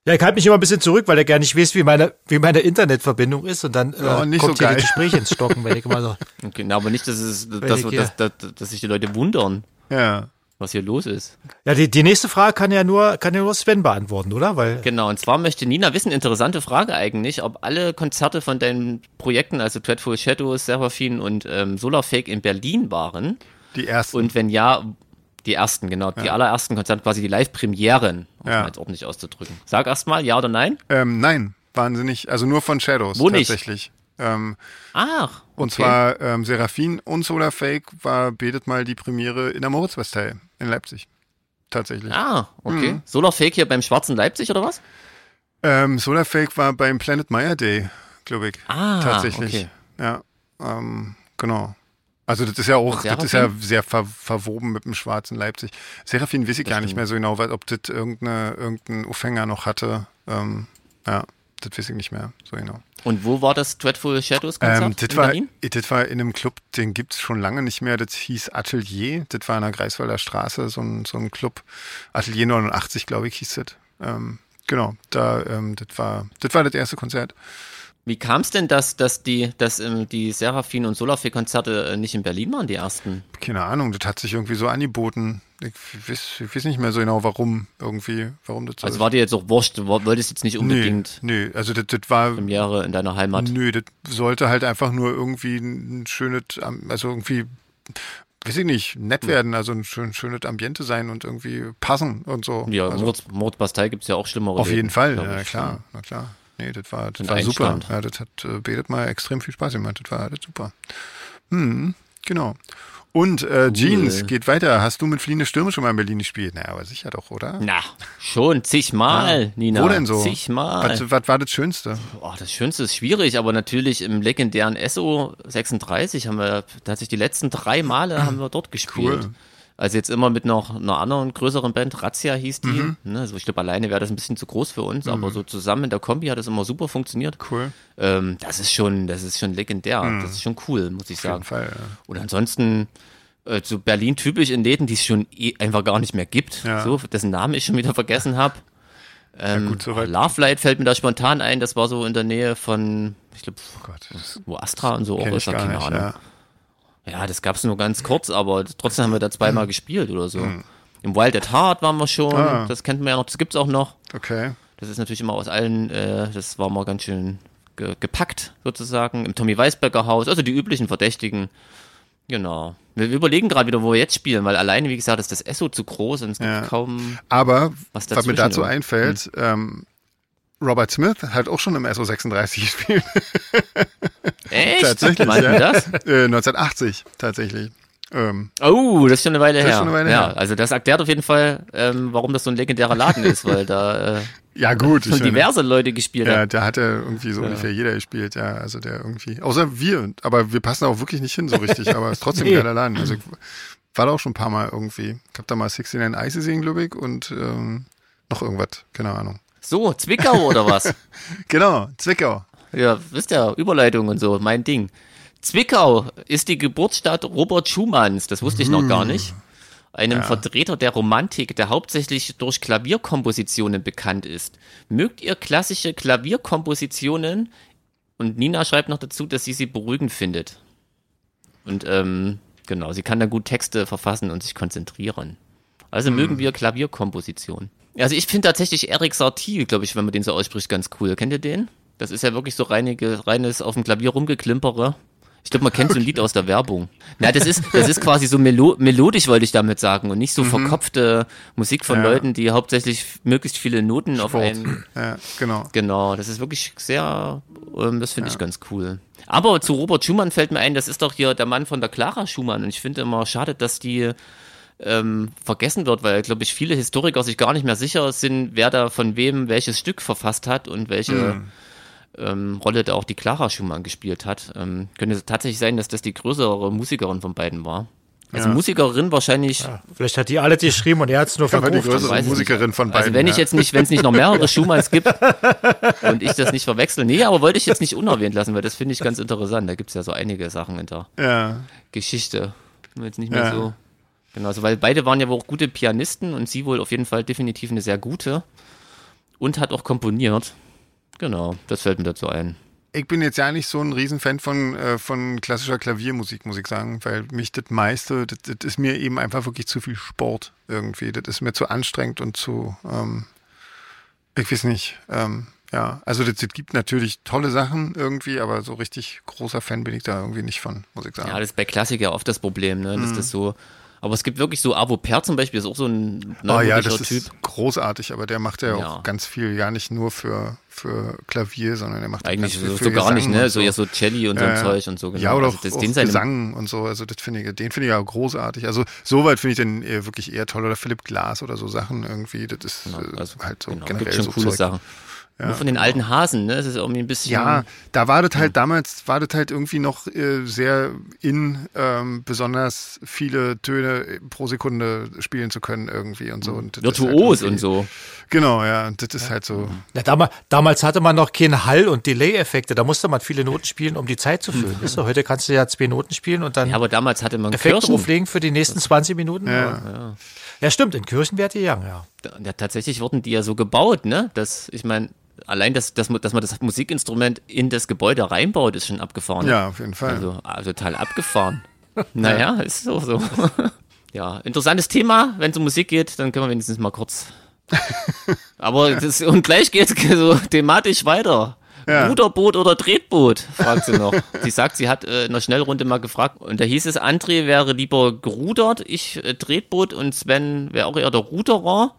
[SPEAKER 1] Ja, ich halte mich immer ein bisschen zurück, weil er gar nicht weiß, wie meine, wie meine Internetverbindung ist und dann äh,
[SPEAKER 3] Ja, nicht
[SPEAKER 1] kommt
[SPEAKER 3] so
[SPEAKER 1] hier
[SPEAKER 3] geil.
[SPEAKER 1] das Gespräch ins Stocken, wenn ich mal so.
[SPEAKER 2] Okay, na, aber nicht, dass, es, dass,
[SPEAKER 1] Welche?
[SPEAKER 2] dass, dass, dass sich die Leute wundern,
[SPEAKER 3] ja.
[SPEAKER 2] was hier los ist.
[SPEAKER 1] Ja, die, die nächste Frage kann ja nur, kann ja nur Sven beantworten, oder? Weil
[SPEAKER 2] Genau, und zwar möchte Nina wissen, interessante Frage eigentlich, ob alle Konzerte von deinen Projekten, also Dreadful Shadows, Seraphine und ähm, Solarfake in Berlin waren.
[SPEAKER 3] Die ersten.
[SPEAKER 2] Und wenn ja, die ersten, genau, die allerersten Konzerte, quasi die Live-Premieren, um
[SPEAKER 3] Ja.
[SPEAKER 2] es mal jetzt ordentlich auszudrücken. Sag erstmal ja oder nein.
[SPEAKER 3] ähm, nein, wahnsinnig. Also nur von Shadows
[SPEAKER 2] Wo nicht?
[SPEAKER 3] tatsächlich. Ähm,
[SPEAKER 2] Ach, okay.
[SPEAKER 3] und zwar ähm, Seraphin und Solar Fake war betet mal die Premiere in der Moritzwesthalle in Leipzig. Tatsächlich.
[SPEAKER 2] Ah, okay.
[SPEAKER 3] Mhm.
[SPEAKER 2] Solarfake hier beim Schwarzen Leipzig oder was?
[SPEAKER 3] Ähm, Solarfake war beim Planet Maya Day, glaube ich.
[SPEAKER 2] Ah,
[SPEAKER 3] Tatsächlich.
[SPEAKER 2] okay.
[SPEAKER 3] Ja, ähm, genau. Also das ist ja auch,
[SPEAKER 2] Und
[SPEAKER 3] das ist ja sehr ver verwoben mit dem schwarzen Leipzig. Seraphin weiß ich gar nicht mehr so genau, weil, ob das irgendeine, irgendeinen Aufhänger noch hatte. Ähm, ja, das weiß ich nicht mehr so genau.
[SPEAKER 2] Und wo war das Dreadful Shadows Konzert?
[SPEAKER 3] Ähm, das,
[SPEAKER 2] in
[SPEAKER 3] war,
[SPEAKER 2] Berlin?
[SPEAKER 3] das war in einem Club, den gibt es schon lange nicht mehr. Das hieß Atelier. Das war in der Greifswalder Straße, so ein, so ein Club. Atelier 89, glaube ich, hieß das. Ähm, genau, da, ähm, das, war, das war das erste Konzert.
[SPEAKER 2] Wie kam es denn, dass, dass die, dass ähm, die Seraphin und Solarfake Konzerte äh, nicht in Berlin waren, die ersten?
[SPEAKER 3] keine Ahnung, das hat sich irgendwie so angeboten. Ich weiß, ich weiß nicht mehr so genau, warum irgendwie, warum das so
[SPEAKER 2] Also
[SPEAKER 3] ist.
[SPEAKER 2] war dir jetzt auch wurscht, du woll- wolltest jetzt nicht unbedingt
[SPEAKER 3] Nee, nee, also das, das war,
[SPEAKER 2] im Jahre in deiner Heimat.
[SPEAKER 3] nö, das sollte halt einfach nur irgendwie ein schönes, Am- also irgendwie, weiß ich nicht,
[SPEAKER 2] Hm.
[SPEAKER 3] nett werden, also ein schön, schönes Ambiente sein und irgendwie passen und so.
[SPEAKER 2] Ja,
[SPEAKER 3] also,
[SPEAKER 2] Mords, Mordbastei gibt es ja auch schlimmere.
[SPEAKER 3] auf jeden
[SPEAKER 2] Läden,
[SPEAKER 3] Fall,
[SPEAKER 2] glaub
[SPEAKER 3] na
[SPEAKER 2] ich.
[SPEAKER 3] klar, na klar. Nee, das war, das
[SPEAKER 2] Ein
[SPEAKER 3] war super.
[SPEAKER 2] Einstand.
[SPEAKER 3] Ja, das hat äh, Bedet mal extrem viel Spaß gemacht. Das war das super. Hm, genau. Und äh, Jeans, geht weiter. Hast du mit Fliehende Stürme schon mal in Berlin gespielt? Naja, aber sicher doch, oder?
[SPEAKER 2] Na, schon zigmal, Nina.
[SPEAKER 3] Wo denn so?
[SPEAKER 2] Zigmal.
[SPEAKER 3] Was, was war das Schönste?
[SPEAKER 2] Boah, das Schönste ist schwierig, aber natürlich im legendären SO 36 haben wir, da hat sich die letzten drei Male haben wir dort gespielt.
[SPEAKER 3] Cool.
[SPEAKER 2] Also jetzt immer mit noch einer anderen größeren Band, Razzia hieß die.
[SPEAKER 3] Mhm.
[SPEAKER 2] Ne, also ich glaube, alleine wäre das ein bisschen zu groß für uns, aber so zusammen in der Kombi hat das immer super funktioniert.
[SPEAKER 3] Cool. Mhm.
[SPEAKER 2] Ähm, das ist schon, das ist schon legendär. Das ist schon cool, muss ich
[SPEAKER 3] Auf
[SPEAKER 2] sagen.
[SPEAKER 3] jeden Fall. ja.
[SPEAKER 2] Und ansonsten äh, so Berlin typisch in Läden, die es schon eh einfach gar nicht mehr gibt,
[SPEAKER 3] Ja.
[SPEAKER 2] so dessen Namen ich schon wieder vergessen habe. Ähm,
[SPEAKER 3] gut, soweit.
[SPEAKER 2] Love Light fällt mir da spontan ein, das war so in der Nähe von, ich glaube,
[SPEAKER 3] Oh Gott, das
[SPEAKER 2] wo Astra und so auch
[SPEAKER 3] kenne
[SPEAKER 2] ist,
[SPEAKER 3] ich
[SPEAKER 2] ne? da
[SPEAKER 3] gar
[SPEAKER 2] keine
[SPEAKER 3] nicht.
[SPEAKER 2] Ahnung.
[SPEAKER 3] Ja. Hm.
[SPEAKER 2] Ja, das gab's nur ganz kurz, aber trotzdem haben wir da zweimal gespielt oder so. Im Wild at Heart waren wir schon,
[SPEAKER 3] Ah.
[SPEAKER 2] das kennt man ja noch, das gibt's auch noch.
[SPEAKER 3] Okay.
[SPEAKER 2] Das ist natürlich immer aus allen, äh, das war mal ganz schön ge gepackt sozusagen im Tommy Weisberger Haus, also die üblichen Verdächtigen. Genau. Wir wir überlegen gerade wieder, wo wir jetzt spielen, weil alleine, wie gesagt, ist das Esso zu groß und es gibt
[SPEAKER 3] Ja.
[SPEAKER 2] kaum.
[SPEAKER 3] Aber
[SPEAKER 2] Was
[SPEAKER 3] was,
[SPEAKER 2] dazwischen Mhm.
[SPEAKER 3] mir dazu
[SPEAKER 2] immer.
[SPEAKER 3] einfällt, ähm, Robert Smith hat auch schon im SO36 gespielt.
[SPEAKER 2] Echt?
[SPEAKER 3] Tatsächlich,
[SPEAKER 2] Meinst du
[SPEAKER 3] ja.
[SPEAKER 2] das?
[SPEAKER 3] Äh, 1980 tatsächlich. Ähm,
[SPEAKER 2] Oh, das ist schon eine Weile her.
[SPEAKER 3] ist schon eine Weile
[SPEAKER 2] ja,
[SPEAKER 3] her.
[SPEAKER 2] also das erklärt auf jeden Fall, ähm, warum das so ein legendärer Laden ist, weil da äh,
[SPEAKER 3] ja gut, ich
[SPEAKER 2] schon
[SPEAKER 3] meine,
[SPEAKER 2] diverse Leute gespielt
[SPEAKER 3] Ja,
[SPEAKER 2] haben.
[SPEAKER 3] da hat er irgendwie so ungefähr jeder gespielt, ja. Also der irgendwie. Außer wir, aber wir passen auch wirklich nicht hin so richtig, aber ist trotzdem ein geiler Laden. Also ich war da auch schon ein paar Mal irgendwie. Ich hab da mal 69 Ice gesehen, glaube ich, und ähm, noch irgendwas, keine Ahnung.
[SPEAKER 2] So, Zwickau oder was?
[SPEAKER 3] Genau, Zwickau.
[SPEAKER 2] Ja, wisst ja, Überleitung und so, mein Ding. Zwickau ist die Geburtsstadt Robert Schumanns, das wusste ich noch gar nicht. Einem Vertreter der Romantik, der hauptsächlich durch Klavierkompositionen bekannt ist. Mögt ihr klassische Klavierkompositionen? Und Nina schreibt noch dazu, dass sie sie beruhigend findet. Und ähm, genau, sie kann dann gut Texte verfassen und sich konzentrieren. Also mögen wir Klavierkompositionen. Also ich finde tatsächlich Eric Sartie, glaube ich, wenn man den so ausspricht, ganz cool. Kennt ihr den? Das ist ja wirklich so reinige, reines auf dem Klavier rumgeklimperer. Ich glaube, man kennt so ein Lied aus der Werbung. Na, das ist, das ist quasi so melo melodisch, wollte ich damit sagen, und nicht so verkopfte Musik von
[SPEAKER 3] Ja.
[SPEAKER 2] Leuten, die hauptsächlich möglichst viele Noten auf einen.
[SPEAKER 3] Ja, genau.
[SPEAKER 2] Genau, das ist wirklich sehr, ähm, das finde ich ganz cool. Aber zu Robert Schumann fällt mir ein, das ist doch hier der Mann von der Clara Schumann. Und ich finde immer schade, dass die ähm, vergessen wird, weil, glaube ich, viele Historiker sich gar nicht mehr sicher sind, wer da von wem welches Stück verfasst hat und welche
[SPEAKER 3] Mhm.
[SPEAKER 2] ähm, Rolle da auch die Clara Schumann gespielt hat. Ähm, könnte es tatsächlich sein, dass das die größere Musikerin von beiden war. Also
[SPEAKER 3] Ja.
[SPEAKER 2] Musikerin wahrscheinlich
[SPEAKER 1] Vielleicht hat die alle geschrieben und er hat es nur
[SPEAKER 3] Aber die
[SPEAKER 1] verkauft.
[SPEAKER 3] größere
[SPEAKER 2] weiß ich
[SPEAKER 3] Musikerin von beiden.
[SPEAKER 2] Also wenn ich
[SPEAKER 3] ja.
[SPEAKER 2] jetzt nicht, wenn es nicht noch mehrere Schumanns gibt und ich das nicht verwechsel. Nee, aber wollte ich jetzt nicht unerwähnt lassen, weil das finde ich ganz interessant. Da gibt es ja so einige Sachen in der
[SPEAKER 3] Ja,
[SPEAKER 2] Geschichte. Bin mir Jetzt nicht mehr
[SPEAKER 3] Ja.
[SPEAKER 2] so. Genau, also weil beide waren ja wohl auch gute Pianisten und sie wohl auf jeden Fall definitiv eine sehr gute und hat auch komponiert. Genau, das fällt mir dazu ein.
[SPEAKER 3] ich bin jetzt ja nicht so ein Riesenfan von, äh, von klassischer Klaviermusik, muss ich sagen, weil mich das meiste, das, das ist mir eben einfach wirklich zu viel Sport irgendwie. Das ist mir zu anstrengend und zu, ähm, ich weiß nicht, ähm, ja. Also das, das gibt natürlich tolle Sachen irgendwie, aber so richtig großer Fan bin ich da irgendwie nicht von, muss ich sagen.
[SPEAKER 2] Ja, das ist bei Klassik ja oft das Problem, ne?
[SPEAKER 3] Mhm.
[SPEAKER 2] Dass das so. Aber es gibt wirklich so Avo Per zum Beispiel, ist auch so ein
[SPEAKER 3] Ah ja, das
[SPEAKER 2] neumodischer Typ.
[SPEAKER 3] ist großartig, aber der macht ja,
[SPEAKER 2] Ja.
[SPEAKER 3] auch ganz viel, ja nicht nur für, für Klavier, sondern er macht auch
[SPEAKER 2] Eigentlich
[SPEAKER 3] ganz viel
[SPEAKER 2] so,
[SPEAKER 3] für
[SPEAKER 2] so gar
[SPEAKER 3] Gesang
[SPEAKER 2] nicht,
[SPEAKER 3] und
[SPEAKER 2] ne? So, ja, so Celli und so ein Zeug und so.
[SPEAKER 3] Ja, oder
[SPEAKER 2] Also
[SPEAKER 3] auch,
[SPEAKER 2] das-
[SPEAKER 3] auch
[SPEAKER 2] den seine-
[SPEAKER 3] Gesang und so, also das finde ich, den finde ich ja großartig. Also soweit finde ich den eher wirklich eher toll oder Philipp Glas oder so Sachen irgendwie, das ist
[SPEAKER 2] Ja,
[SPEAKER 3] äh,
[SPEAKER 2] also,
[SPEAKER 3] halt so
[SPEAKER 2] genau,
[SPEAKER 3] generell
[SPEAKER 2] gibt schon
[SPEAKER 3] so
[SPEAKER 2] coole
[SPEAKER 3] Zeug. genau.
[SPEAKER 2] Sachen. Nur von den alten Hasen, ne? Es ist irgendwie ein bisschen.
[SPEAKER 3] Ja, da war das halt damals, war das halt irgendwie noch äh, sehr in, ähm, besonders viele Töne äh, pro Sekunde spielen zu können irgendwie und so. Und das ist halt
[SPEAKER 2] Mhm. Virtuos
[SPEAKER 3] irgendwie-
[SPEAKER 2] und so. Mhm.
[SPEAKER 3] Genau, ja, und das ist halt so.
[SPEAKER 1] Na, damals, damals hatte man noch keinen Hall- und Delay-Effekte. Da musste man viele Noten spielen, um die Zeit zu füllen. Weißt du, heute kannst du ja zwei Noten spielen und dann
[SPEAKER 2] Ja, aber damals hatte man
[SPEAKER 1] Effekte
[SPEAKER 2] Kirchen.
[SPEAKER 1] drauflegen für die nächsten 20 Minuten.
[SPEAKER 3] Ja.
[SPEAKER 1] Ja, stimmt, in Kirchen wärt ihr young, ja.
[SPEAKER 2] Ja, tatsächlich wurden die ja so gebaut, ne? Das, ich meine, allein, dass, dass, man- dass man das Musikinstrument in das Gebäude reinbaut, ist schon abgefahren.
[SPEAKER 3] Ja, auf jeden Fall.
[SPEAKER 2] Also, also total abgefahren. naja, ist so so. ja, interessantes Thema. Wenn es um Musik geht, dann können wir wenigstens mal kurz. Aber das, und gleich geht's so thematisch weiter.
[SPEAKER 3] Ja.
[SPEAKER 2] Ruderboot oder Tretboot, fragt sie noch. sie sagt, sie hat äh, in der Schnellrunde mal gefragt. Und da hieß es, André wäre lieber gerudert, ich äh, Tretboot und Sven wäre auch eher der Ruderer.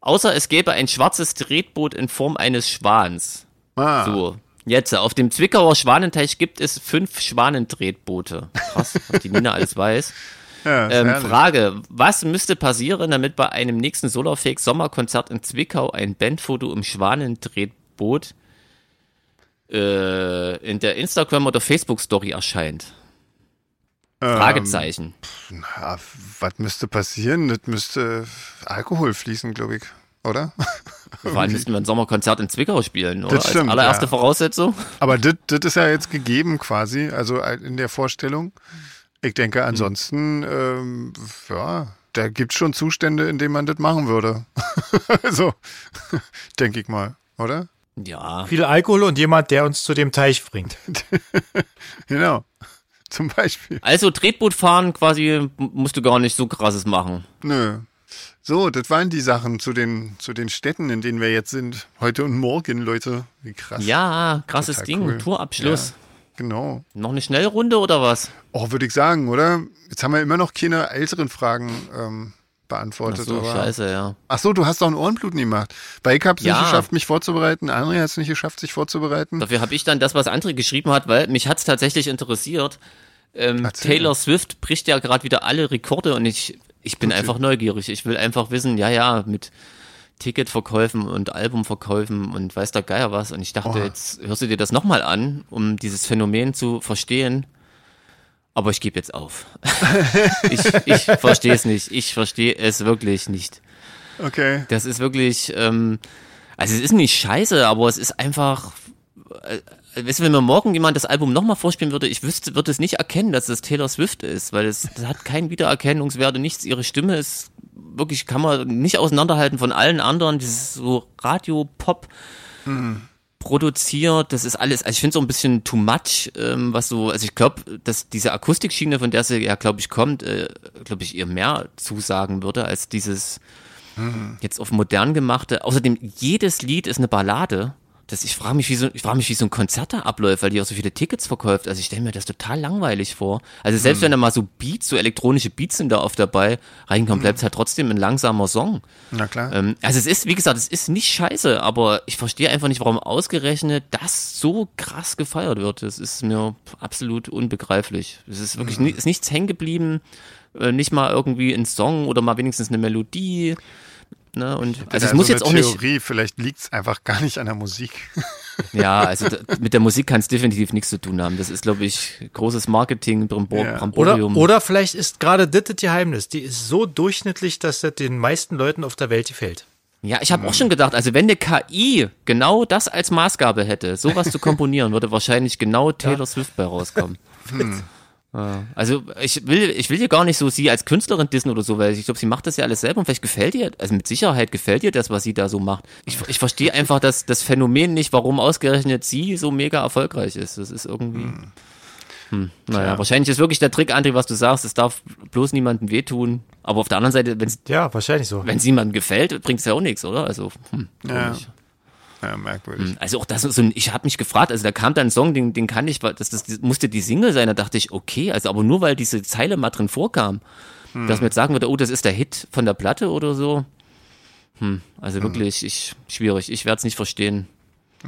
[SPEAKER 2] Außer es gäbe ein schwarzes Tretboot in Form eines Schwans.
[SPEAKER 3] ah,
[SPEAKER 2] So, jetzt auf dem Zwickauer Schwanenteich gibt es fünf Schwanentretboote. Krass, was die Nina alles weiß.
[SPEAKER 3] ja,
[SPEAKER 2] Ähm,
[SPEAKER 3] herrlich.
[SPEAKER 2] Frage, was müsste passieren, damit bei einem nächsten Solarfake Sommerkonzert in Zwickau ein Bandfoto im Schwanentretboot äh, in der Instagram- oder Facebook-Story erscheint?
[SPEAKER 3] Ähm.
[SPEAKER 2] Fragezeichen.
[SPEAKER 3] Ja, ah, was müsste passieren? Das müsste Alkohol fließen, glaube ich, oder?
[SPEAKER 2] Vor allem müssten wir ein Sommerkonzert in Zwickau spielen, oder?
[SPEAKER 3] Das stimmt,
[SPEAKER 2] Als allererste
[SPEAKER 3] ja.
[SPEAKER 2] Voraussetzung.
[SPEAKER 3] Aber das das ist ja jetzt gegeben quasi, also in der Vorstellung. Ich denke, ansonsten, ähm, ja, da gibt es schon Zustände, in denen man das machen würde. also, denke ich mal, oder?
[SPEAKER 2] Ja.
[SPEAKER 1] Viel Alkohol und jemand, der uns zu dem Teich bringt.
[SPEAKER 3] Genau. Zum Beispiel.
[SPEAKER 2] Also Tretboot fahren quasi m- musst du gar nicht so krasses machen.
[SPEAKER 3] Nö. So, das waren die Sachen zu den, zu den Städten, in denen wir jetzt sind. Heute und morgen, Leute. Wie krass.
[SPEAKER 2] Ja, krasses
[SPEAKER 3] Total
[SPEAKER 2] Ding.
[SPEAKER 3] cool.
[SPEAKER 2] Tourabschluss.
[SPEAKER 3] Genau.
[SPEAKER 2] Noch eine Schnellrunde oder was?
[SPEAKER 3] Oh, würde ich sagen, oder? Jetzt haben wir immer noch keine älteren Fragen ähm, beantwortet.
[SPEAKER 2] Ach so,
[SPEAKER 3] aber-
[SPEAKER 2] scheiße, ja.
[SPEAKER 3] Ach so, du hast doch einen Ohrenbluten gemacht. Weil ich habe es
[SPEAKER 2] Ja.
[SPEAKER 3] nicht geschafft, mich vorzubereiten. André hat es nicht geschafft, sich vorzubereiten.
[SPEAKER 2] Dafür habe ich dann das, was André geschrieben hat, weil mich hat's tatsächlich interessiert. Ähm,
[SPEAKER 3] Erzähl.
[SPEAKER 2] Taylor Swift bricht ja gerade wieder alle Rekorde und ich, ich bin einfach neugierig. Ich will einfach wissen, ja, ja, mit Ticketverkäufen und Albumverkäufen und weiß der Geier was. Und ich dachte,
[SPEAKER 3] Oh.
[SPEAKER 2] jetzt hörst du dir das nochmal an, um dieses Phänomen zu verstehen. Aber ich gebe jetzt auf. ich ich verstehe es nicht. Ich verstehe es wirklich nicht.
[SPEAKER 3] Okay.
[SPEAKER 2] Das ist wirklich, ähm, also es ist nicht scheiße, aber es ist einfach, äh, weißt du, wenn mir morgen jemand das Album nochmal vorspielen würde, ich wüsste, würde es nicht erkennen, dass es Taylor Swift ist, weil es das hat keinen Wiedererkennungswert und nichts. Ihre Stimme ist wirklich, kann man nicht auseinanderhalten von allen anderen. Dieses so Radio-Pop produziert, das ist alles, also ich finde es so ein bisschen too much, ähm, was so, also ich glaube, dass diese Akustikschiene, von der sie ja, glaube ich, kommt, äh, glaube ich, ihr mehr zusagen würde als dieses jetzt auf modern gemachte. Außerdem, jedes Lied ist eine Ballade. das, ich frage mich, wie so, ich frage mich, wie so ein Konzert da abläuft, weil die auch so viele Tickets verkauft. Also ich stelle mir das total langweilig vor. Also selbst wenn da mal so Beats, so elektronische Beats sind da oft dabei reinkommt, bleibt es halt trotzdem ein langsamer Song.
[SPEAKER 3] Na klar.
[SPEAKER 2] Ähm, also es ist, wie gesagt, es ist nicht scheiße, aber ich verstehe einfach nicht, warum ausgerechnet das so krass gefeiert wird. Das ist mir absolut unbegreiflich. Es ist wirklich ni ist nichts hängen geblieben, äh, nicht mal irgendwie ein Song oder mal wenigstens eine Melodie. Ne? Und, also es muss jetzt auch nicht.
[SPEAKER 3] Theorie, vielleicht liegt es einfach gar nicht an der Musik.
[SPEAKER 2] Ja, also d- mit der Musik kann es definitiv nichts zu tun haben. Das ist, glaube ich, großes Marketing, Brambor
[SPEAKER 3] Ja.
[SPEAKER 1] Oder,
[SPEAKER 2] Bramborium.
[SPEAKER 1] oder vielleicht ist gerade das das Geheimnis. Die ist so durchschnittlich, dass das den meisten Leuten auf der Welt gefällt.
[SPEAKER 2] Ja, ich habe auch schon gedacht, also wenn eine KI genau das als Maßgabe hätte, sowas zu komponieren, würde wahrscheinlich genau Taylor Swift bei rauskommen. Ja, Also ich will, ich will ihr gar nicht so sie als Künstlerin dissen oder so, weil ich glaube, sie macht das ja alles selber und vielleicht gefällt ihr, also mit Sicherheit gefällt ihr das, was sie da so macht. Ich, ich verstehe einfach das, das Phänomen nicht, warum ausgerechnet sie so mega erfolgreich ist. Das ist irgendwie. Hm, naja, wahrscheinlich ist wirklich der Trick, André, was du sagst, es darf bloß niemandem wehtun. Aber auf der anderen Seite, wenn
[SPEAKER 1] Ja, wahrscheinlich so.
[SPEAKER 2] wenn es niemandem gefällt, bringt es ja auch nichts, oder? Also, hm,
[SPEAKER 3] Ja.
[SPEAKER 2] komisch.
[SPEAKER 3] ja, merkwürdig.
[SPEAKER 2] also auch das ist so ein, ich habe mich gefragt, also da kam dann ein Song, den, den kann ich, weil das, das musste die Single sein, da dachte ich, okay, also aber nur weil diese Zeile mal drin vorkam, dass man jetzt sagen würde, oh, das ist der Hit von der Platte oder so. Hm, also wirklich, ich, schwierig, ich werde es nicht verstehen.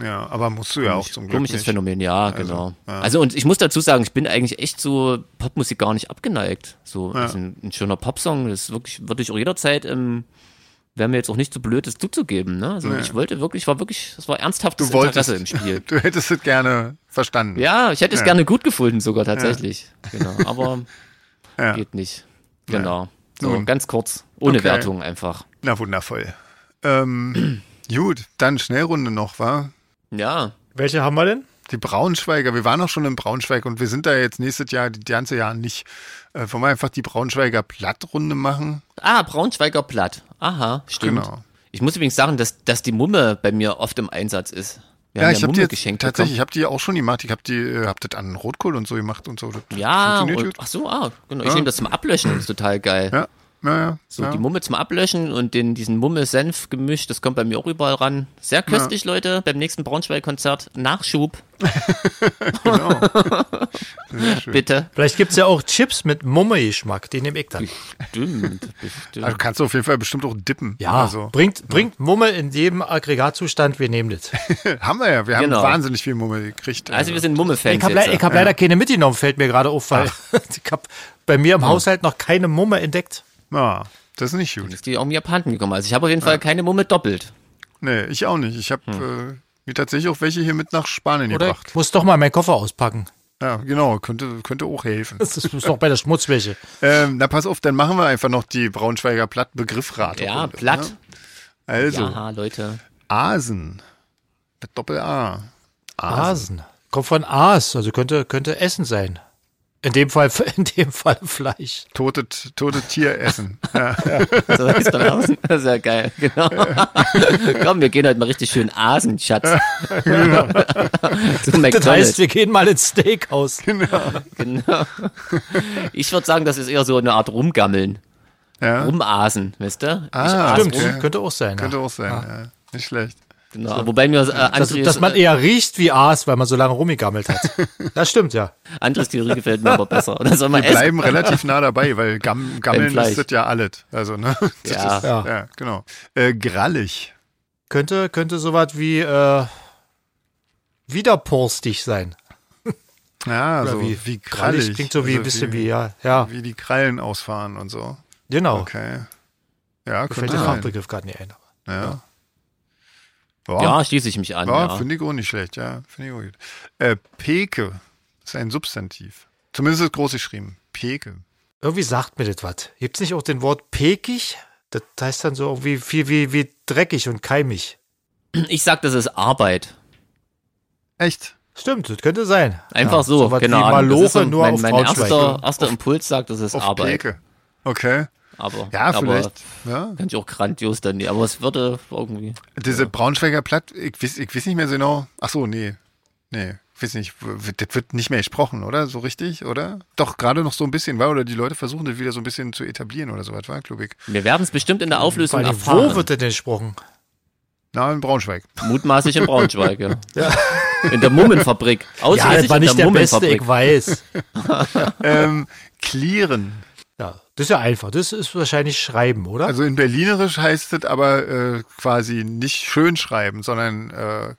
[SPEAKER 3] Ja, aber musst du ja auch zum Glück
[SPEAKER 2] Hm. Komisches
[SPEAKER 3] nicht.
[SPEAKER 2] Phänomen, ja, genau. Also und ich muss dazu sagen, ich bin eigentlich echt so Popmusik gar nicht abgeneigt. So das ist ein, ein schöner Popsong, das ist wirklich würde ich auch jederzeit ähm, wäre mir jetzt auch nicht zu blöd, das zuzugeben, ne? Also
[SPEAKER 3] Nee.
[SPEAKER 2] ich wollte wirklich, war wirklich, das war ernsthaftes
[SPEAKER 3] Du wolltest,
[SPEAKER 2] Interesse im Spiel.
[SPEAKER 3] du hättest es gerne verstanden.
[SPEAKER 2] Ja, ich hätte es
[SPEAKER 3] Ja.
[SPEAKER 2] gerne gut gefunden sogar tatsächlich. Genau, aber
[SPEAKER 3] Ja.
[SPEAKER 2] geht nicht. Genau. So,
[SPEAKER 3] Nun.
[SPEAKER 2] ganz kurz, ohne
[SPEAKER 3] Okay.
[SPEAKER 2] Wertung einfach.
[SPEAKER 3] Na, wundervoll. Ähm, gut, dann Schnellrunde noch, war?
[SPEAKER 2] Ja,
[SPEAKER 1] Welche haben wir denn?
[SPEAKER 3] Die Braunschweiger, wir waren auch schon in Braunschweig und wir sind da jetzt nächstes Jahr, die ganze Jahr nicht. Äh, wollen wir einfach die Braunschweiger Plattrunde machen?
[SPEAKER 2] Ah, Braunschweiger Platt. Aha, stimmt.
[SPEAKER 3] Genau.
[SPEAKER 2] Ich muss übrigens sagen, dass, dass die Mumme bei mir oft im Einsatz ist. Wir haben
[SPEAKER 3] ich habe die
[SPEAKER 2] Mumme
[SPEAKER 3] jetzt
[SPEAKER 2] geschenkt
[SPEAKER 3] tatsächlich, ich habe die auch schon gemacht. Ich habe die, äh, hab das an Rotkohl und so gemacht und so. Das
[SPEAKER 2] Bekommen. Ja,
[SPEAKER 3] funktioniert
[SPEAKER 2] und,
[SPEAKER 3] gut.
[SPEAKER 2] ach so, ah, genau. Ich nehme das zum Ablöschen, das ist total geil.
[SPEAKER 3] Ja, ja, ja.
[SPEAKER 2] So,
[SPEAKER 3] ja.
[SPEAKER 2] die Mumme zum Ablöschen und den, diesen Mumme-Senf gemischt, das kommt bei mir auch überall ran. Sehr köstlich, Leute, beim nächsten Braunschweig-Konzert. Nachschub,
[SPEAKER 3] Genau. Sehr schön.
[SPEAKER 2] bitte.
[SPEAKER 1] Vielleicht gibt es ja auch Chips mit Mumme-Geschmack. Den nehme ich dann.
[SPEAKER 2] Stimmt, bestimmt.
[SPEAKER 3] Also kannst du auf jeden Fall bestimmt auch dippen.
[SPEAKER 1] Ja,
[SPEAKER 3] Also,
[SPEAKER 1] bringt, bringt Mumme in jedem Aggregatzustand. Wir nehmen das.
[SPEAKER 3] haben wir ja. Wir haben
[SPEAKER 2] Genau.
[SPEAKER 3] wahnsinnig viel Mumme gekriegt.
[SPEAKER 2] Also wir sind Mumme-Fans
[SPEAKER 1] Ich habe
[SPEAKER 2] jetzt.
[SPEAKER 1] le ich hab leider keine mitgenommen, fällt mir gerade auf, weil ich habe bei mir im Haushalt noch keine Mumme entdeckt.
[SPEAKER 3] Ja, das ist nicht gut.
[SPEAKER 2] Ist die auch mir abhanden gekommen. Also ich habe auf jeden Fall keine Mumme doppelt.
[SPEAKER 3] Nee, ich auch nicht. Ich habe
[SPEAKER 2] Hm.
[SPEAKER 3] äh, mir tatsächlich auch welche hier mit nach Spanien
[SPEAKER 1] Oder
[SPEAKER 3] gebracht.
[SPEAKER 1] ich muss doch mal meinen Koffer auspacken.
[SPEAKER 3] Ja, genau. Könnte, könnte auch helfen.
[SPEAKER 1] Das ist doch bei der Schmutzwäsche.
[SPEAKER 3] ähm, na, pass auf, dann machen wir einfach noch die Braunschweiger Platt-Begriffrate.
[SPEAKER 2] Ja, platt.
[SPEAKER 3] Also,
[SPEAKER 2] Ja, Leute.
[SPEAKER 3] Asen. Mit Doppel-A.
[SPEAKER 1] Asen. Kommt von Aas, also könnte, könnte Essen sein. In dem Fall, in dem Fall Fleisch.
[SPEAKER 3] Tote, tote Tier essen.
[SPEAKER 2] So ist dann aus. Das ist ja geil, genau. Komm, wir gehen heute mal richtig schön Asen, Schatz. Zu
[SPEAKER 1] Genau. Das heißt,
[SPEAKER 2] McDonalds.
[SPEAKER 1] wir gehen mal ins Steakhouse.
[SPEAKER 2] Genau. Ich würde sagen, das ist eher so eine Art Rumgammeln.
[SPEAKER 3] Ja.
[SPEAKER 2] Rumasen, weißt du? Ich
[SPEAKER 3] Ah,
[SPEAKER 2] aß
[SPEAKER 1] Stimmt,
[SPEAKER 2] rum,
[SPEAKER 3] okay.
[SPEAKER 1] Also, könnte auch sein.
[SPEAKER 3] Könnte
[SPEAKER 1] ja.
[SPEAKER 3] auch sein.
[SPEAKER 1] ah.
[SPEAKER 3] Ja. Nicht schlecht.
[SPEAKER 2] Genau. Wobei mir äh,
[SPEAKER 1] Dass,
[SPEAKER 2] Andres,
[SPEAKER 1] dass man eher riecht wie Aas, weil man so lange rumgegammelt hat. Das stimmt, ja.
[SPEAKER 2] Andres Theorie gefällt mir aber besser. Oder soll man
[SPEAKER 3] Wir
[SPEAKER 2] essen?
[SPEAKER 3] bleiben relativ nah dabei, weil Gam Gammeln
[SPEAKER 2] Fleisch.
[SPEAKER 3] ist das ja alles. Also, ne? Das
[SPEAKER 2] Ja.
[SPEAKER 3] Ist,
[SPEAKER 1] Ja.
[SPEAKER 3] ja. genau. Äh, grallig.
[SPEAKER 1] Könnte, könnte sowas wie äh, widerporstig sein.
[SPEAKER 3] Ja,
[SPEAKER 1] Oder
[SPEAKER 3] so wie, Also wie
[SPEAKER 1] krallig.
[SPEAKER 3] krallig.
[SPEAKER 1] Klingt so wie ein
[SPEAKER 3] Also
[SPEAKER 1] bisschen wie, ja. Ja,
[SPEAKER 3] Wie die Krallen ausfahren und so.
[SPEAKER 1] genau.
[SPEAKER 3] Okay. Ja,
[SPEAKER 1] Mir fällt
[SPEAKER 3] könnte
[SPEAKER 1] der
[SPEAKER 3] sein.
[SPEAKER 1] Fachbegriff gerade nicht ein.
[SPEAKER 3] Ja,
[SPEAKER 2] Ja, schließe ich mich an.
[SPEAKER 3] Ja,
[SPEAKER 2] ja.
[SPEAKER 3] finde ich auch nicht schlecht, ja. Finde ich auch gut. Äh, Peke ist ein Substantiv. Zumindest ist groß geschrieben. Peke.
[SPEAKER 1] Irgendwie sagt mir das was. Gibt es nicht auch den Wort pekig? Das heißt dann so irgendwie viel wie, wie dreckig und keimig.
[SPEAKER 2] Ich sag, das ist Arbeit.
[SPEAKER 3] Echt?
[SPEAKER 1] Stimmt, das könnte sein.
[SPEAKER 2] Einfach
[SPEAKER 1] Ja,
[SPEAKER 2] so,
[SPEAKER 1] sowas
[SPEAKER 2] genau.
[SPEAKER 1] Wie Maloche,
[SPEAKER 2] das ist so
[SPEAKER 1] nur
[SPEAKER 2] mein,
[SPEAKER 1] auf
[SPEAKER 2] mein
[SPEAKER 1] Braunschweig. ne?
[SPEAKER 2] erster, erster Impuls sagt, das ist
[SPEAKER 3] Auf
[SPEAKER 2] Arbeit.
[SPEAKER 3] Peke. Okay.
[SPEAKER 2] Aber,
[SPEAKER 3] Ja,
[SPEAKER 2] aber
[SPEAKER 3] vielleicht. Ja.
[SPEAKER 2] Kann ich auch grandios dann aber es würde irgendwie.
[SPEAKER 3] Diese Braunschweiger Platt, ich weiß, ich weiß nicht mehr so genau. Ach so, nee. Nee, ich weiß nicht. W- Das wird nicht mehr gesprochen, oder? So richtig, oder? Doch, gerade noch so ein bisschen, war, oder die Leute versuchen das wieder so ein bisschen zu etablieren oder sowas, war, glaube ich.
[SPEAKER 2] Wir werden es bestimmt in der
[SPEAKER 1] Vor
[SPEAKER 2] Auflösung
[SPEAKER 1] allem,
[SPEAKER 2] erfahren.
[SPEAKER 1] wo wird das denn gesprochen?
[SPEAKER 3] Na, in Braunschweig.
[SPEAKER 2] Mutmaßlich in Braunschweig, ja. In der Mummenfabrik.
[SPEAKER 1] Ja, das
[SPEAKER 2] Ausschließlich
[SPEAKER 1] war
[SPEAKER 2] in der,
[SPEAKER 1] nicht der Beste,
[SPEAKER 2] Mummenfabrik.
[SPEAKER 1] ich weiß.
[SPEAKER 3] ähm, clearen.
[SPEAKER 1] Ja, das ist ja einfach. Das ist wahrscheinlich Schreiben, oder?
[SPEAKER 3] Also in Berlinerisch heißt es aber äh, quasi nicht schön schreiben, sondern äh,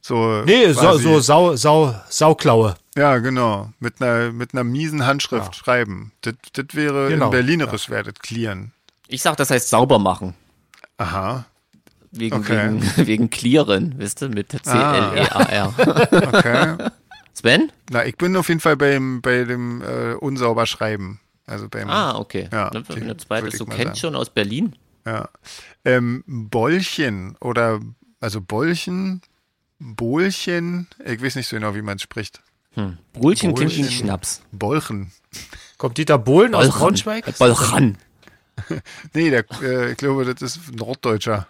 [SPEAKER 3] so.
[SPEAKER 1] nee, so,
[SPEAKER 3] quasi-
[SPEAKER 1] so Sau, Sau, Sauklaue.
[SPEAKER 3] Ja, genau. Mit einer, mit einer miesen Handschrift schreiben. Das das wäre
[SPEAKER 1] Genau,
[SPEAKER 3] in Berlinerisch wäre das clearen.
[SPEAKER 2] Ich sag, das heißt sauber machen.
[SPEAKER 3] Aha.
[SPEAKER 2] Wegen,
[SPEAKER 3] Okay.
[SPEAKER 2] wegen, wegen Clearen, wisst ihr, mit C-L-E-A-R.
[SPEAKER 3] Okay.
[SPEAKER 2] E Sven?
[SPEAKER 3] Na, ich bin auf jeden Fall beim, bei dem äh, unsauber Schreiben. Also beim
[SPEAKER 2] Ah, okay.
[SPEAKER 3] Ja,
[SPEAKER 2] ne,
[SPEAKER 3] die
[SPEAKER 2] eine
[SPEAKER 3] würd
[SPEAKER 2] zweite,
[SPEAKER 3] ich
[SPEAKER 2] du
[SPEAKER 3] mal
[SPEAKER 2] kennst
[SPEAKER 3] sagen.
[SPEAKER 2] schon aus Berlin.
[SPEAKER 3] ja. ähm, Bollchen oder also Bollchen, Bohlchen, ich weiß nicht so genau, wie man es spricht.
[SPEAKER 2] Brötchen klingt
[SPEAKER 3] Brötchen.
[SPEAKER 2] wie Schnaps.
[SPEAKER 3] Bolchen.
[SPEAKER 1] Kommt Dieter Bohlen aus Braunschweig?
[SPEAKER 2] Bolchan.
[SPEAKER 3] Nee, der, äh, ich glaube, das ist Norddeutscher.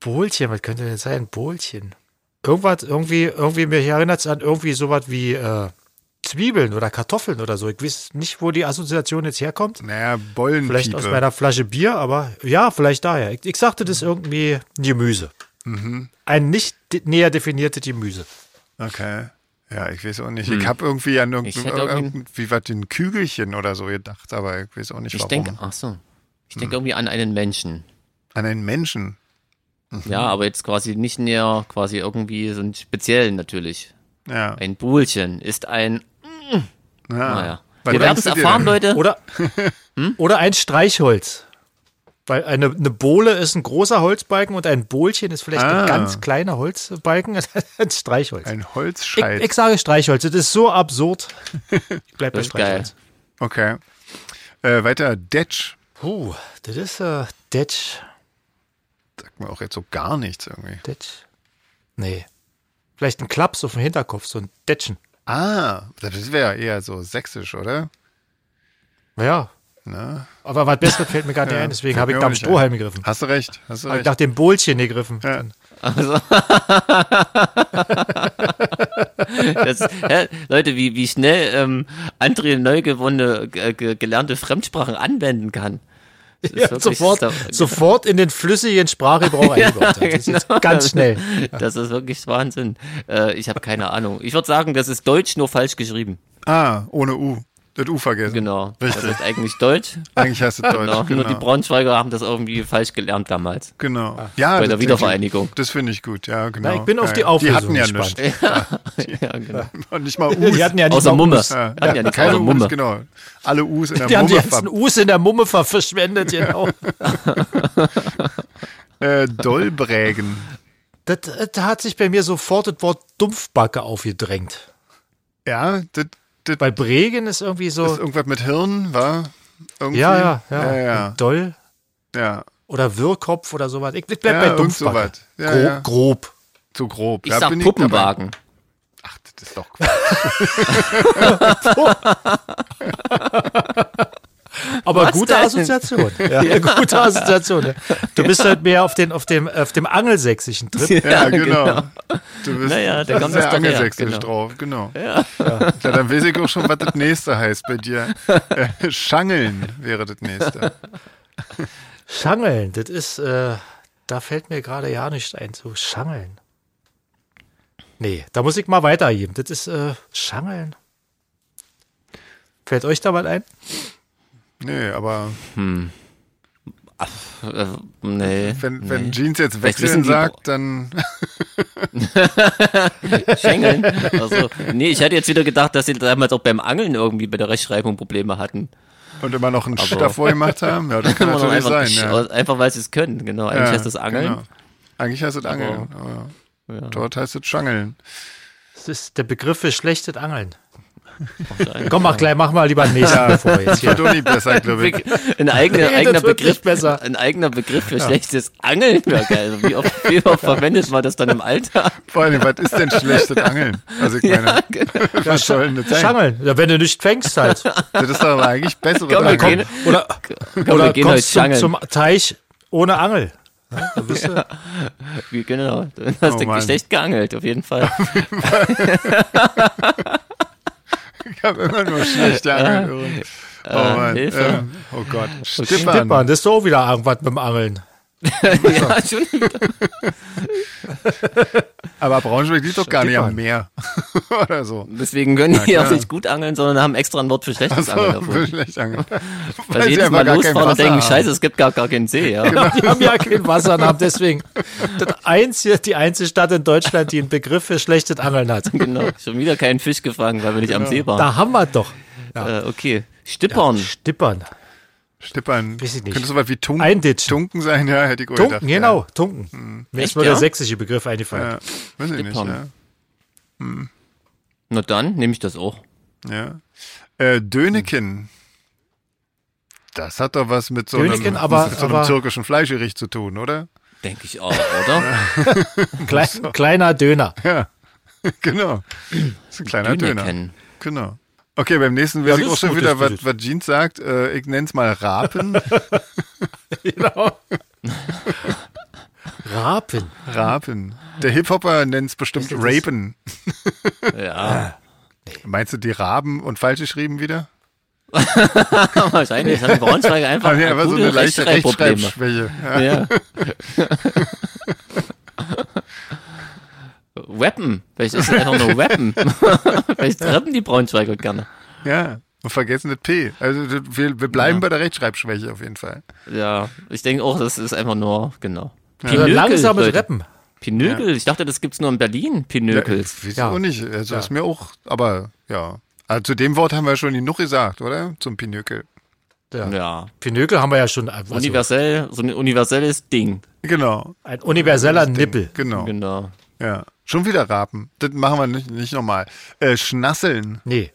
[SPEAKER 1] Bohlchen, was könnte denn sein? Bohlchen. Irgendwas, irgendwie, irgendwie, mir erinnert es an irgendwie sowas wie äh, Zwiebeln oder Kartoffeln oder so. Ich weiß nicht, wo die Assoziation jetzt herkommt.
[SPEAKER 3] Naja,
[SPEAKER 1] Vielleicht
[SPEAKER 3] Bollenpiepe.
[SPEAKER 1] aus meiner Flasche Bier, aber ja, vielleicht daher. Ich, ich sagte, das ist irgendwie ein Gemüse.
[SPEAKER 3] Mhm.
[SPEAKER 1] Ein nicht de näher definiertes Gemüse.
[SPEAKER 3] Okay. Ja, ich weiß auch nicht. Ich habe irgendwie an
[SPEAKER 2] Ich
[SPEAKER 3] irgend,
[SPEAKER 2] hätte irgendwie-
[SPEAKER 3] irgendwie was ein Kügelchen oder so gedacht, aber ich weiß auch nicht
[SPEAKER 2] Ich
[SPEAKER 3] warum.
[SPEAKER 2] denke, ach so. Ich denke irgendwie an einen Menschen.
[SPEAKER 3] an einen Menschen.
[SPEAKER 2] Ja, aber jetzt quasi nicht näher, quasi irgendwie so einen speziellen natürlich.
[SPEAKER 3] Ja.
[SPEAKER 2] Ein Brötchen ist ein,
[SPEAKER 3] ja.
[SPEAKER 2] naja.
[SPEAKER 3] Was
[SPEAKER 2] Wir werden
[SPEAKER 3] denkst
[SPEAKER 2] es
[SPEAKER 3] Ah. du dir
[SPEAKER 2] erfahren, Leute.
[SPEAKER 3] denn?
[SPEAKER 1] Oder, hm? oder ein Streichholz. Weil eine, eine Bohle ist ein großer Holzbalken und ein Bohlchen ist vielleicht
[SPEAKER 3] Ah.
[SPEAKER 1] ein ganz kleiner Holzbalken. ein Streichholz.
[SPEAKER 3] Ein
[SPEAKER 1] Ich,
[SPEAKER 3] Holzscheit.
[SPEAKER 1] ich sage Streichholz, das ist so absurd. Ich bleib bei
[SPEAKER 2] Das ist geil.
[SPEAKER 1] Streichholz.
[SPEAKER 3] okay. Äh, weiter, Detsch.
[SPEAKER 1] Puh, das ist äh, Detsch,
[SPEAKER 3] Sagt mir auch jetzt so gar nichts irgendwie.
[SPEAKER 1] Detsch. Nee. Vielleicht ein Klaps auf dem Hinterkopf, so ein Detschen.
[SPEAKER 3] Ah, das wäre ja eher so sächsisch, oder?
[SPEAKER 1] Ja.
[SPEAKER 3] Na?
[SPEAKER 1] Aber was Besseres fällt mir gar nicht ein, deswegen
[SPEAKER 3] fällt
[SPEAKER 1] habe ich
[SPEAKER 3] mir
[SPEAKER 1] nach
[SPEAKER 3] auch
[SPEAKER 1] dem
[SPEAKER 3] nicht
[SPEAKER 1] Strohhalm gegriffen.
[SPEAKER 3] Hast du recht, hast du
[SPEAKER 1] Habe ich
[SPEAKER 3] recht.
[SPEAKER 1] nach dem Bohlchen gegriffen.
[SPEAKER 3] Ja.
[SPEAKER 2] Das, hä, Leute, wie, wie schnell ähm, André neu gewonnene, ge, ge, gelernte Fremdsprachen anwenden kann. Das ist
[SPEAKER 1] Ja,
[SPEAKER 2] wirklich-
[SPEAKER 1] sofort,
[SPEAKER 2] das-
[SPEAKER 1] sofort in den flüssigen Sprachgebrauch eingebaut. Das ist jetzt
[SPEAKER 2] genau.
[SPEAKER 1] ganz schnell.
[SPEAKER 2] Das ist wirklich Wahnsinn. Äh, ich habe keine Ahnung. Ich würde sagen, das ist Deutsch nur falsch geschrieben.
[SPEAKER 3] Ah, ohne U. Das U vergessen.
[SPEAKER 2] Genau. Das
[SPEAKER 3] Richtig.
[SPEAKER 2] ist eigentlich Deutsch.
[SPEAKER 3] Eigentlich hast du
[SPEAKER 2] Genau.
[SPEAKER 3] Deutsch.
[SPEAKER 2] Nur die
[SPEAKER 3] Genau.
[SPEAKER 2] Braunschweiger haben das irgendwie falsch gelernt damals.
[SPEAKER 3] genau. Ja,
[SPEAKER 2] Bei der
[SPEAKER 3] das-
[SPEAKER 2] Wiedervereinigung.
[SPEAKER 3] Das finde ich gut, ja, genau.
[SPEAKER 1] Na, Ah, ich bin auf die
[SPEAKER 3] Geil. Die hatten
[SPEAKER 1] Auflösung
[SPEAKER 3] ja
[SPEAKER 1] gespannt.
[SPEAKER 3] nichts.
[SPEAKER 2] Ja, genau.
[SPEAKER 3] Und nicht mal U's.
[SPEAKER 1] Die hatten ja nicht
[SPEAKER 2] Außer
[SPEAKER 1] mal
[SPEAKER 2] Mumme.
[SPEAKER 1] Us.
[SPEAKER 2] Hatten
[SPEAKER 3] Ja,
[SPEAKER 2] ja nichts
[SPEAKER 3] keine
[SPEAKER 2] außer
[SPEAKER 3] U's,
[SPEAKER 2] Mumme.
[SPEAKER 3] genau. Alle U's in der
[SPEAKER 1] Die haben die
[SPEAKER 3] Mumme
[SPEAKER 1] ganzen
[SPEAKER 3] ver
[SPEAKER 1] Us in der Mumme ver- verschwendet, genau.
[SPEAKER 3] äh, Dollbrägen.
[SPEAKER 1] Das, das hat sich bei mir sofort das Wort Dumpfbacke aufgedrängt.
[SPEAKER 3] Ja, das das
[SPEAKER 1] Bei Bregen ist irgendwie so.
[SPEAKER 3] ist irgendwas mit Hirn, war? Irgendwie?
[SPEAKER 1] ja, ja, ja,
[SPEAKER 3] Ja, ja.
[SPEAKER 1] Doll
[SPEAKER 3] ja.
[SPEAKER 1] oder Wirrkopf oder sowas. Ich ich bleib
[SPEAKER 3] Ja,
[SPEAKER 1] bei
[SPEAKER 3] irgend
[SPEAKER 1] Dumpfbacke.
[SPEAKER 3] sowas. Ja,
[SPEAKER 1] grob,
[SPEAKER 3] ja.
[SPEAKER 1] grob.
[SPEAKER 3] Zu grob.
[SPEAKER 2] Ich
[SPEAKER 3] Da
[SPEAKER 2] sag
[SPEAKER 3] bin dabei.
[SPEAKER 2] Puppenwagen.
[SPEAKER 3] Ach, das ist doch Quatsch.
[SPEAKER 1] Aber
[SPEAKER 2] Was
[SPEAKER 1] gute
[SPEAKER 2] denn?
[SPEAKER 1] Assoziation. Ja, gute Assoziation. Ja. Du bist halt mehr auf, den, auf, dem, auf dem angelsächsischen Trip.
[SPEAKER 3] Ja, genau. Du bist
[SPEAKER 2] Naja, da kommt
[SPEAKER 3] sehr
[SPEAKER 2] das doch her,
[SPEAKER 3] angelsächsisch
[SPEAKER 2] genau.
[SPEAKER 3] drauf, genau. Ja. dann weiß ich auch schon, was das nächste heißt bei dir. Äh, Schangeln wäre das nächste.
[SPEAKER 1] Schangeln, das ist, äh, da fällt mir gerade ja nichts ein zu. Schangeln. Nee, da muss ich mal weitergeben. Das ist äh, Schangeln. Fällt euch da was ein?
[SPEAKER 3] Nee, aber
[SPEAKER 2] Äh, nee.
[SPEAKER 3] wenn, wenn Jeans jetzt
[SPEAKER 2] Vielleicht wissen
[SPEAKER 3] wechseln
[SPEAKER 2] die-
[SPEAKER 3] sagt, dann
[SPEAKER 2] Schengeln. Also, nee, ich hatte jetzt wieder gedacht, dass sie damals auch beim Angeln irgendwie bei der Rechtschreibung Probleme hatten.
[SPEAKER 3] und immer noch einen Shit davor gemacht haben, ja, das kann
[SPEAKER 2] Immer noch
[SPEAKER 3] natürlich
[SPEAKER 2] einfach,
[SPEAKER 3] sein. Ja.
[SPEAKER 2] einfach weil sie es können, genau. Eigentlich
[SPEAKER 3] Ja,
[SPEAKER 2] heißt das Angeln.
[SPEAKER 3] Genau. Eigentlich heißt es Angeln, aber dort heißt es Schangeln.
[SPEAKER 1] Das ist der Begriff für schlechtes Angeln.
[SPEAKER 2] Wahrscheinlich.
[SPEAKER 1] Komm, mach gleich, mach mal lieber den nächsten bevor jetzt hier.
[SPEAKER 3] Wird auch nicht besser, glaube ich.
[SPEAKER 2] Ein eigener,
[SPEAKER 1] Nee, das
[SPEAKER 2] eigener
[SPEAKER 1] wird nicht
[SPEAKER 2] Begriff,
[SPEAKER 1] besser.
[SPEAKER 2] ein eigener Begriff für schlechtes Angeln wäre geil. Also Wie oft, wie oft verwendet man das dann im Alltag?
[SPEAKER 3] Vor allem, was ist denn schlechtes Angeln? Also ich meine,
[SPEAKER 2] genau.
[SPEAKER 3] was soll denn das sein?
[SPEAKER 1] Schangeln. Ja, wenn du nicht fängst halt.
[SPEAKER 3] Das ist doch aber eigentlich besseres
[SPEAKER 2] Komm, wir
[SPEAKER 3] Angeln.
[SPEAKER 2] gehen,
[SPEAKER 1] Oder,
[SPEAKER 2] komm, wir
[SPEAKER 1] oder
[SPEAKER 2] gehen heute
[SPEAKER 1] kommst zum,
[SPEAKER 2] Schangeln.
[SPEAKER 1] zum Teich ohne Angel. Ja, da bist du-
[SPEAKER 2] Wie- Genau, dann hast
[SPEAKER 3] Oh
[SPEAKER 2] du
[SPEAKER 3] Mann.
[SPEAKER 2] schlecht geangelt, auf jeden Fall.
[SPEAKER 3] Ich habe immer nur schlechte Angeln. Oh, Mann.
[SPEAKER 2] Äh, Hilfe.
[SPEAKER 3] Ähm, oh Gott. Stippern.
[SPEAKER 1] Tippmann, das ist doch auch wieder irgendwas mit dem Angeln.
[SPEAKER 3] genau.
[SPEAKER 2] ja, schon wieder.
[SPEAKER 3] Aber Braunschweig liegt doch gar nicht am
[SPEAKER 1] Mann.
[SPEAKER 3] Meer. Oder so.
[SPEAKER 2] Deswegen können die auch
[SPEAKER 3] klar.
[SPEAKER 2] nicht gut angeln, sondern haben extra ein Wort für schlechtes Angeln
[SPEAKER 3] Also,
[SPEAKER 2] davon.
[SPEAKER 3] schlecht angeln. Weil
[SPEAKER 2] Weil
[SPEAKER 3] sie
[SPEAKER 2] jedes
[SPEAKER 3] einfach
[SPEAKER 2] Mal
[SPEAKER 3] gar kein
[SPEAKER 2] losfahren und
[SPEAKER 3] Wasser Genau.
[SPEAKER 2] denken,
[SPEAKER 3] haben.
[SPEAKER 2] scheiße, es gibt gar, gar keinen See, ja.
[SPEAKER 1] Die haben ja kein Wasser und haben deswegen das einzige, die einzige Stadt in Deutschland, die einen Begriff für schlechtes Angeln hat.
[SPEAKER 2] Genau, schon wieder keinen Fisch gefangen, weil wir nicht
[SPEAKER 3] Genau.
[SPEAKER 2] am See waren.
[SPEAKER 1] Da haben wir es doch.
[SPEAKER 2] Äh, okay, Stippern.
[SPEAKER 1] Stippern.
[SPEAKER 3] Stippern.
[SPEAKER 1] Weiß ich nicht.
[SPEAKER 3] Könnte sowas wie Tunken,
[SPEAKER 1] Einditschen.
[SPEAKER 3] Tunken sein, ja, hätte ich wohl
[SPEAKER 1] Tunken,
[SPEAKER 3] gedacht,
[SPEAKER 1] genau, Tunken. Mir
[SPEAKER 2] Echt,
[SPEAKER 1] ist nur
[SPEAKER 2] ja?
[SPEAKER 1] der sächsische Begriff
[SPEAKER 3] Ja.
[SPEAKER 1] eingefallen.
[SPEAKER 3] Ja. Weiß ich nicht, ja.
[SPEAKER 2] Stippern. Na dann nehme ich das auch.
[SPEAKER 3] ja. Äh, Döneken. Das hat doch was mit so
[SPEAKER 1] Döneken,
[SPEAKER 3] einem,
[SPEAKER 1] aber-
[SPEAKER 3] mit so einem
[SPEAKER 1] aber-
[SPEAKER 3] türkischen Fleischgericht zu tun, oder?
[SPEAKER 2] Denke ich auch, oder?
[SPEAKER 1] Klein, Kleiner Döner.
[SPEAKER 3] Ja, genau. Das ist ein kleiner
[SPEAKER 2] Döner
[SPEAKER 3] Döner.
[SPEAKER 2] kennen.
[SPEAKER 3] Genau. Okay, beim nächsten weiß
[SPEAKER 1] Ja,
[SPEAKER 3] ich
[SPEAKER 1] das
[SPEAKER 3] auch
[SPEAKER 1] ist
[SPEAKER 3] schon
[SPEAKER 1] gut,
[SPEAKER 3] wieder,
[SPEAKER 1] das
[SPEAKER 3] was,
[SPEAKER 1] ist-
[SPEAKER 3] was Jeans sagt. Äh, ich nenn's mal Rapen.
[SPEAKER 1] Genau. Rapen.
[SPEAKER 3] Rapen. Der Hip-Hopper nennt's bestimmt
[SPEAKER 1] das-
[SPEAKER 3] Rapen.
[SPEAKER 2] Ja,
[SPEAKER 3] Meinst du die Raben und falsch geschrieben wieder?
[SPEAKER 2] wahrscheinlich. Das hat Braunschweig einfach
[SPEAKER 3] Haben ja aber so
[SPEAKER 2] akute
[SPEAKER 3] eine leichte
[SPEAKER 2] Rechtschreibprobleme.
[SPEAKER 3] Rechtschreibschwäche. Ja.
[SPEAKER 2] Ja. Weapon. Vielleicht ist es einfach nur Weapon. Vielleicht treppen die Braunschweiger gerne.
[SPEAKER 3] ja. Und vergessen das P. Also das- wir, wir bleiben bei der Rechtschreibschwäche auf jeden Fall.
[SPEAKER 2] Ja, ich denke auch, das ist einfach nur, genau.
[SPEAKER 1] Oder
[SPEAKER 2] Pinökel,
[SPEAKER 1] Also Langsames
[SPEAKER 2] Leute.
[SPEAKER 1] Rappen.
[SPEAKER 2] Pinökel. Ich dachte, das gibt's nur in Berlin, Pinökels.
[SPEAKER 3] Wieso
[SPEAKER 1] Ja.
[SPEAKER 3] auch nicht? Also
[SPEAKER 1] Ja.
[SPEAKER 3] ist mir auch, aber ja. Also zu dem Wort haben wir schon genug gesagt, oder? Zum Pinökel.
[SPEAKER 1] Ja.
[SPEAKER 2] Ja,
[SPEAKER 1] Pinökel haben wir ja schon. Also
[SPEAKER 2] universell, so ein universelles Ding.
[SPEAKER 3] Genau,
[SPEAKER 1] ein universeller Nippel.
[SPEAKER 3] genau.
[SPEAKER 2] Genau.
[SPEAKER 3] Ja. Schon wieder Rapen. Das machen wir nicht, nicht nochmal. Äh, Schnasseln.
[SPEAKER 1] Nee.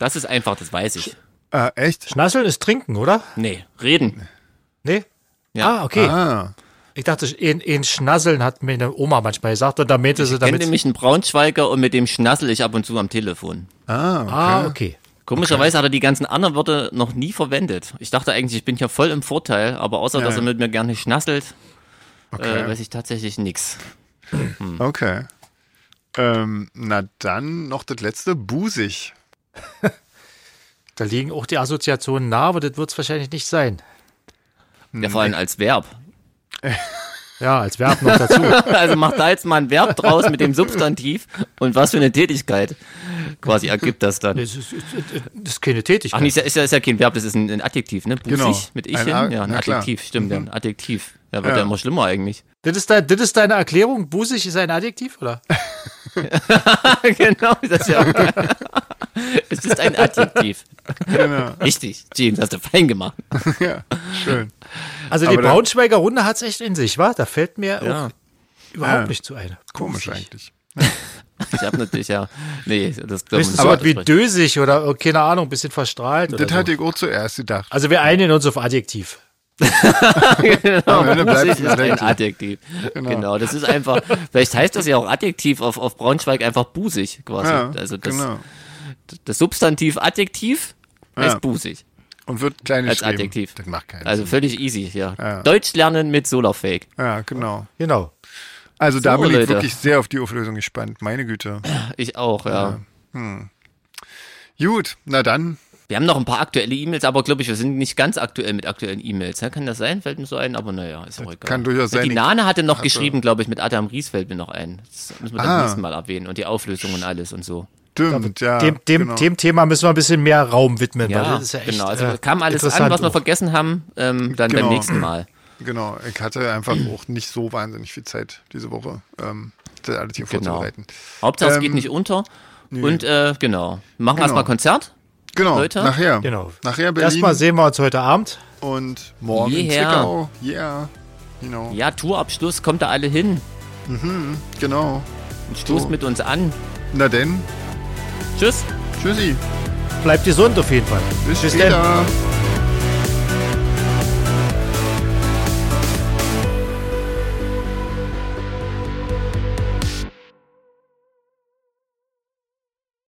[SPEAKER 2] Das ist einfach, das weiß ich.
[SPEAKER 3] Ah, echt?
[SPEAKER 1] Schnasseln ist trinken, oder?
[SPEAKER 2] Nee, reden.
[SPEAKER 1] Nee?
[SPEAKER 2] Ja.
[SPEAKER 1] Ah, okay.
[SPEAKER 3] Ah.
[SPEAKER 1] Ich dachte, in, in Schnasseln hat mir eine Oma manchmal gesagt und da meinte sie
[SPEAKER 2] Kennt
[SPEAKER 1] damit.
[SPEAKER 2] nämlich einen Braunschweiger und mit dem schnassel ich ab und zu am Telefon.
[SPEAKER 3] Ah, okay.
[SPEAKER 1] ah, okay.
[SPEAKER 2] Komischerweise hat er die ganzen anderen Wörter noch nie verwendet. Ich dachte eigentlich, ich bin hier voll im Vorteil, aber außer,
[SPEAKER 3] Ja.
[SPEAKER 2] dass er mit mir gerne schnasselt,
[SPEAKER 3] Okay.
[SPEAKER 1] Ah,
[SPEAKER 2] äh, weiß ich tatsächlich nichts.
[SPEAKER 3] Okay. Ähm, na dann noch das letzte, busig.
[SPEAKER 1] Da liegen auch die Assoziationen nah, aber das wird es wahrscheinlich nicht sein.
[SPEAKER 2] Ja, vor allem als Verb.
[SPEAKER 1] Ja, als Verb noch dazu.
[SPEAKER 2] Also mach da jetzt mal ein Verb draus mit dem Substantiv und was für eine Tätigkeit quasi ergibt das dann.
[SPEAKER 1] Das ist, das ist keine
[SPEAKER 2] Ach,
[SPEAKER 1] Tätigkeit.
[SPEAKER 2] nicht, ist ja, ist ja kein Verb, das ist ein, ein Adjektiv, ne? Busig
[SPEAKER 3] Genau.
[SPEAKER 2] mit
[SPEAKER 3] Ein
[SPEAKER 2] ich hin?
[SPEAKER 3] A-
[SPEAKER 2] Ja, ein
[SPEAKER 3] na klar. Mhm.
[SPEAKER 2] Adjektiv, stimmt, ja, ein Adjektiv. Ja, wird ja.
[SPEAKER 3] Ja.
[SPEAKER 2] immer schlimmer eigentlich.
[SPEAKER 1] Das, ist dein, das ist deine Erklärung. Busig ist ein Adjektiv, oder?
[SPEAKER 2] genau, das ist ja auch geil. Es ist ein Adjektiv.
[SPEAKER 3] Genau.
[SPEAKER 2] Richtig, James, hast du fein gemacht.
[SPEAKER 3] ja, schön.
[SPEAKER 1] Also die
[SPEAKER 3] Aber da-
[SPEAKER 1] Braunschweiger Runde hat es echt in sich, wa? Da fällt mir auch überhaupt
[SPEAKER 3] Ja.
[SPEAKER 1] nicht zu ein.
[SPEAKER 3] Komisch eigentlich.
[SPEAKER 2] Ich hab natürlich ja. Nee, das glaube
[SPEAKER 1] Höchstens so was wie dösig oder äh, keine Ahnung, ein bisschen verstrahlt. Oder
[SPEAKER 3] Das
[SPEAKER 1] so.
[SPEAKER 3] hatte ich auch zuerst gedacht.
[SPEAKER 1] Also wir einigen uns auf Adjektiv.
[SPEAKER 2] genau,
[SPEAKER 3] Ende bleibt
[SPEAKER 2] das
[SPEAKER 3] es
[SPEAKER 2] ist ein
[SPEAKER 3] Adjektiv.
[SPEAKER 2] Adjektiv. Genau. das ist einfach, vielleicht heißt das ja auch Adjektiv auf, auf Braunschweig einfach busig quasi.
[SPEAKER 3] Ja,
[SPEAKER 2] also das,
[SPEAKER 3] genau.
[SPEAKER 2] das Substantiv Adjektiv heißt
[SPEAKER 3] Ja.
[SPEAKER 2] busig
[SPEAKER 3] Und wird kleine
[SPEAKER 2] als Adjektiv.
[SPEAKER 3] Das macht keinen
[SPEAKER 2] Also
[SPEAKER 3] Sinn.
[SPEAKER 2] völlig easy, ja.
[SPEAKER 3] Ja.
[SPEAKER 2] Deutsch lernen mit Solarfake.
[SPEAKER 3] Ja, genau.
[SPEAKER 1] Genau.
[SPEAKER 3] Also da
[SPEAKER 2] So,
[SPEAKER 3] bin ich
[SPEAKER 2] Leute.
[SPEAKER 3] wirklich sehr auf die Auflösung gespannt. Meine Güte.
[SPEAKER 2] Ich auch, ja.
[SPEAKER 3] Gut, na dann.
[SPEAKER 2] Wir haben noch ein paar aktuelle E-Mails, aber glaube ich, wir sind nicht ganz aktuell mit aktuellen E-Mails. ne? Kann das sein? Fällt mir so ein, aber naja, ist auch egal.
[SPEAKER 3] kann durchaus sein.
[SPEAKER 2] Die Nane hatte noch geschrieben, glaube ich, mit Adam Ries fällt mir noch ein. Das müssen wir
[SPEAKER 3] Ah.
[SPEAKER 2] beim nächsten Mal erwähnen und die Auflösung und alles und so.
[SPEAKER 3] Stimmt, ja.
[SPEAKER 1] dem, dem,
[SPEAKER 3] genau.
[SPEAKER 1] dem Thema müssen wir ein bisschen mehr Raum widmen. weil
[SPEAKER 2] Ja,
[SPEAKER 1] das ist ja echt,
[SPEAKER 2] genau. Also
[SPEAKER 1] äh,
[SPEAKER 2] kam alles an,
[SPEAKER 1] interessant
[SPEAKER 2] was wir
[SPEAKER 1] auch.
[SPEAKER 2] vergessen haben, ähm, dann
[SPEAKER 3] Genau.
[SPEAKER 2] beim nächsten Mal.
[SPEAKER 3] Genau, ich hatte einfach auch nicht so wahnsinnig viel Zeit diese Woche, ähm, das alles hier
[SPEAKER 2] Genau.
[SPEAKER 3] vorzubereiten.
[SPEAKER 2] Hauptsache, es
[SPEAKER 3] Ähm,
[SPEAKER 2] geht nicht unter. Und äh, genau. Machen wir erstmal Konzert.
[SPEAKER 3] Genau,
[SPEAKER 2] Leute?
[SPEAKER 3] nachher.
[SPEAKER 1] Genau.
[SPEAKER 3] Nachher Berlin
[SPEAKER 1] Erstmal sehen wir uns heute Abend.
[SPEAKER 3] und morgen in
[SPEAKER 2] Yeah.
[SPEAKER 3] Zwickau. Yeah, genau.
[SPEAKER 2] Ja, Tourabschluss, kommt da alle hin
[SPEAKER 3] Genau.
[SPEAKER 2] und stoßt
[SPEAKER 3] So.
[SPEAKER 2] mit uns an.
[SPEAKER 3] Na denn,
[SPEAKER 2] Tschüss.
[SPEAKER 3] tschüssi.
[SPEAKER 1] Bleibt gesund auf jeden Fall.
[SPEAKER 3] Bis,
[SPEAKER 1] Bis
[SPEAKER 3] später.
[SPEAKER 1] dann.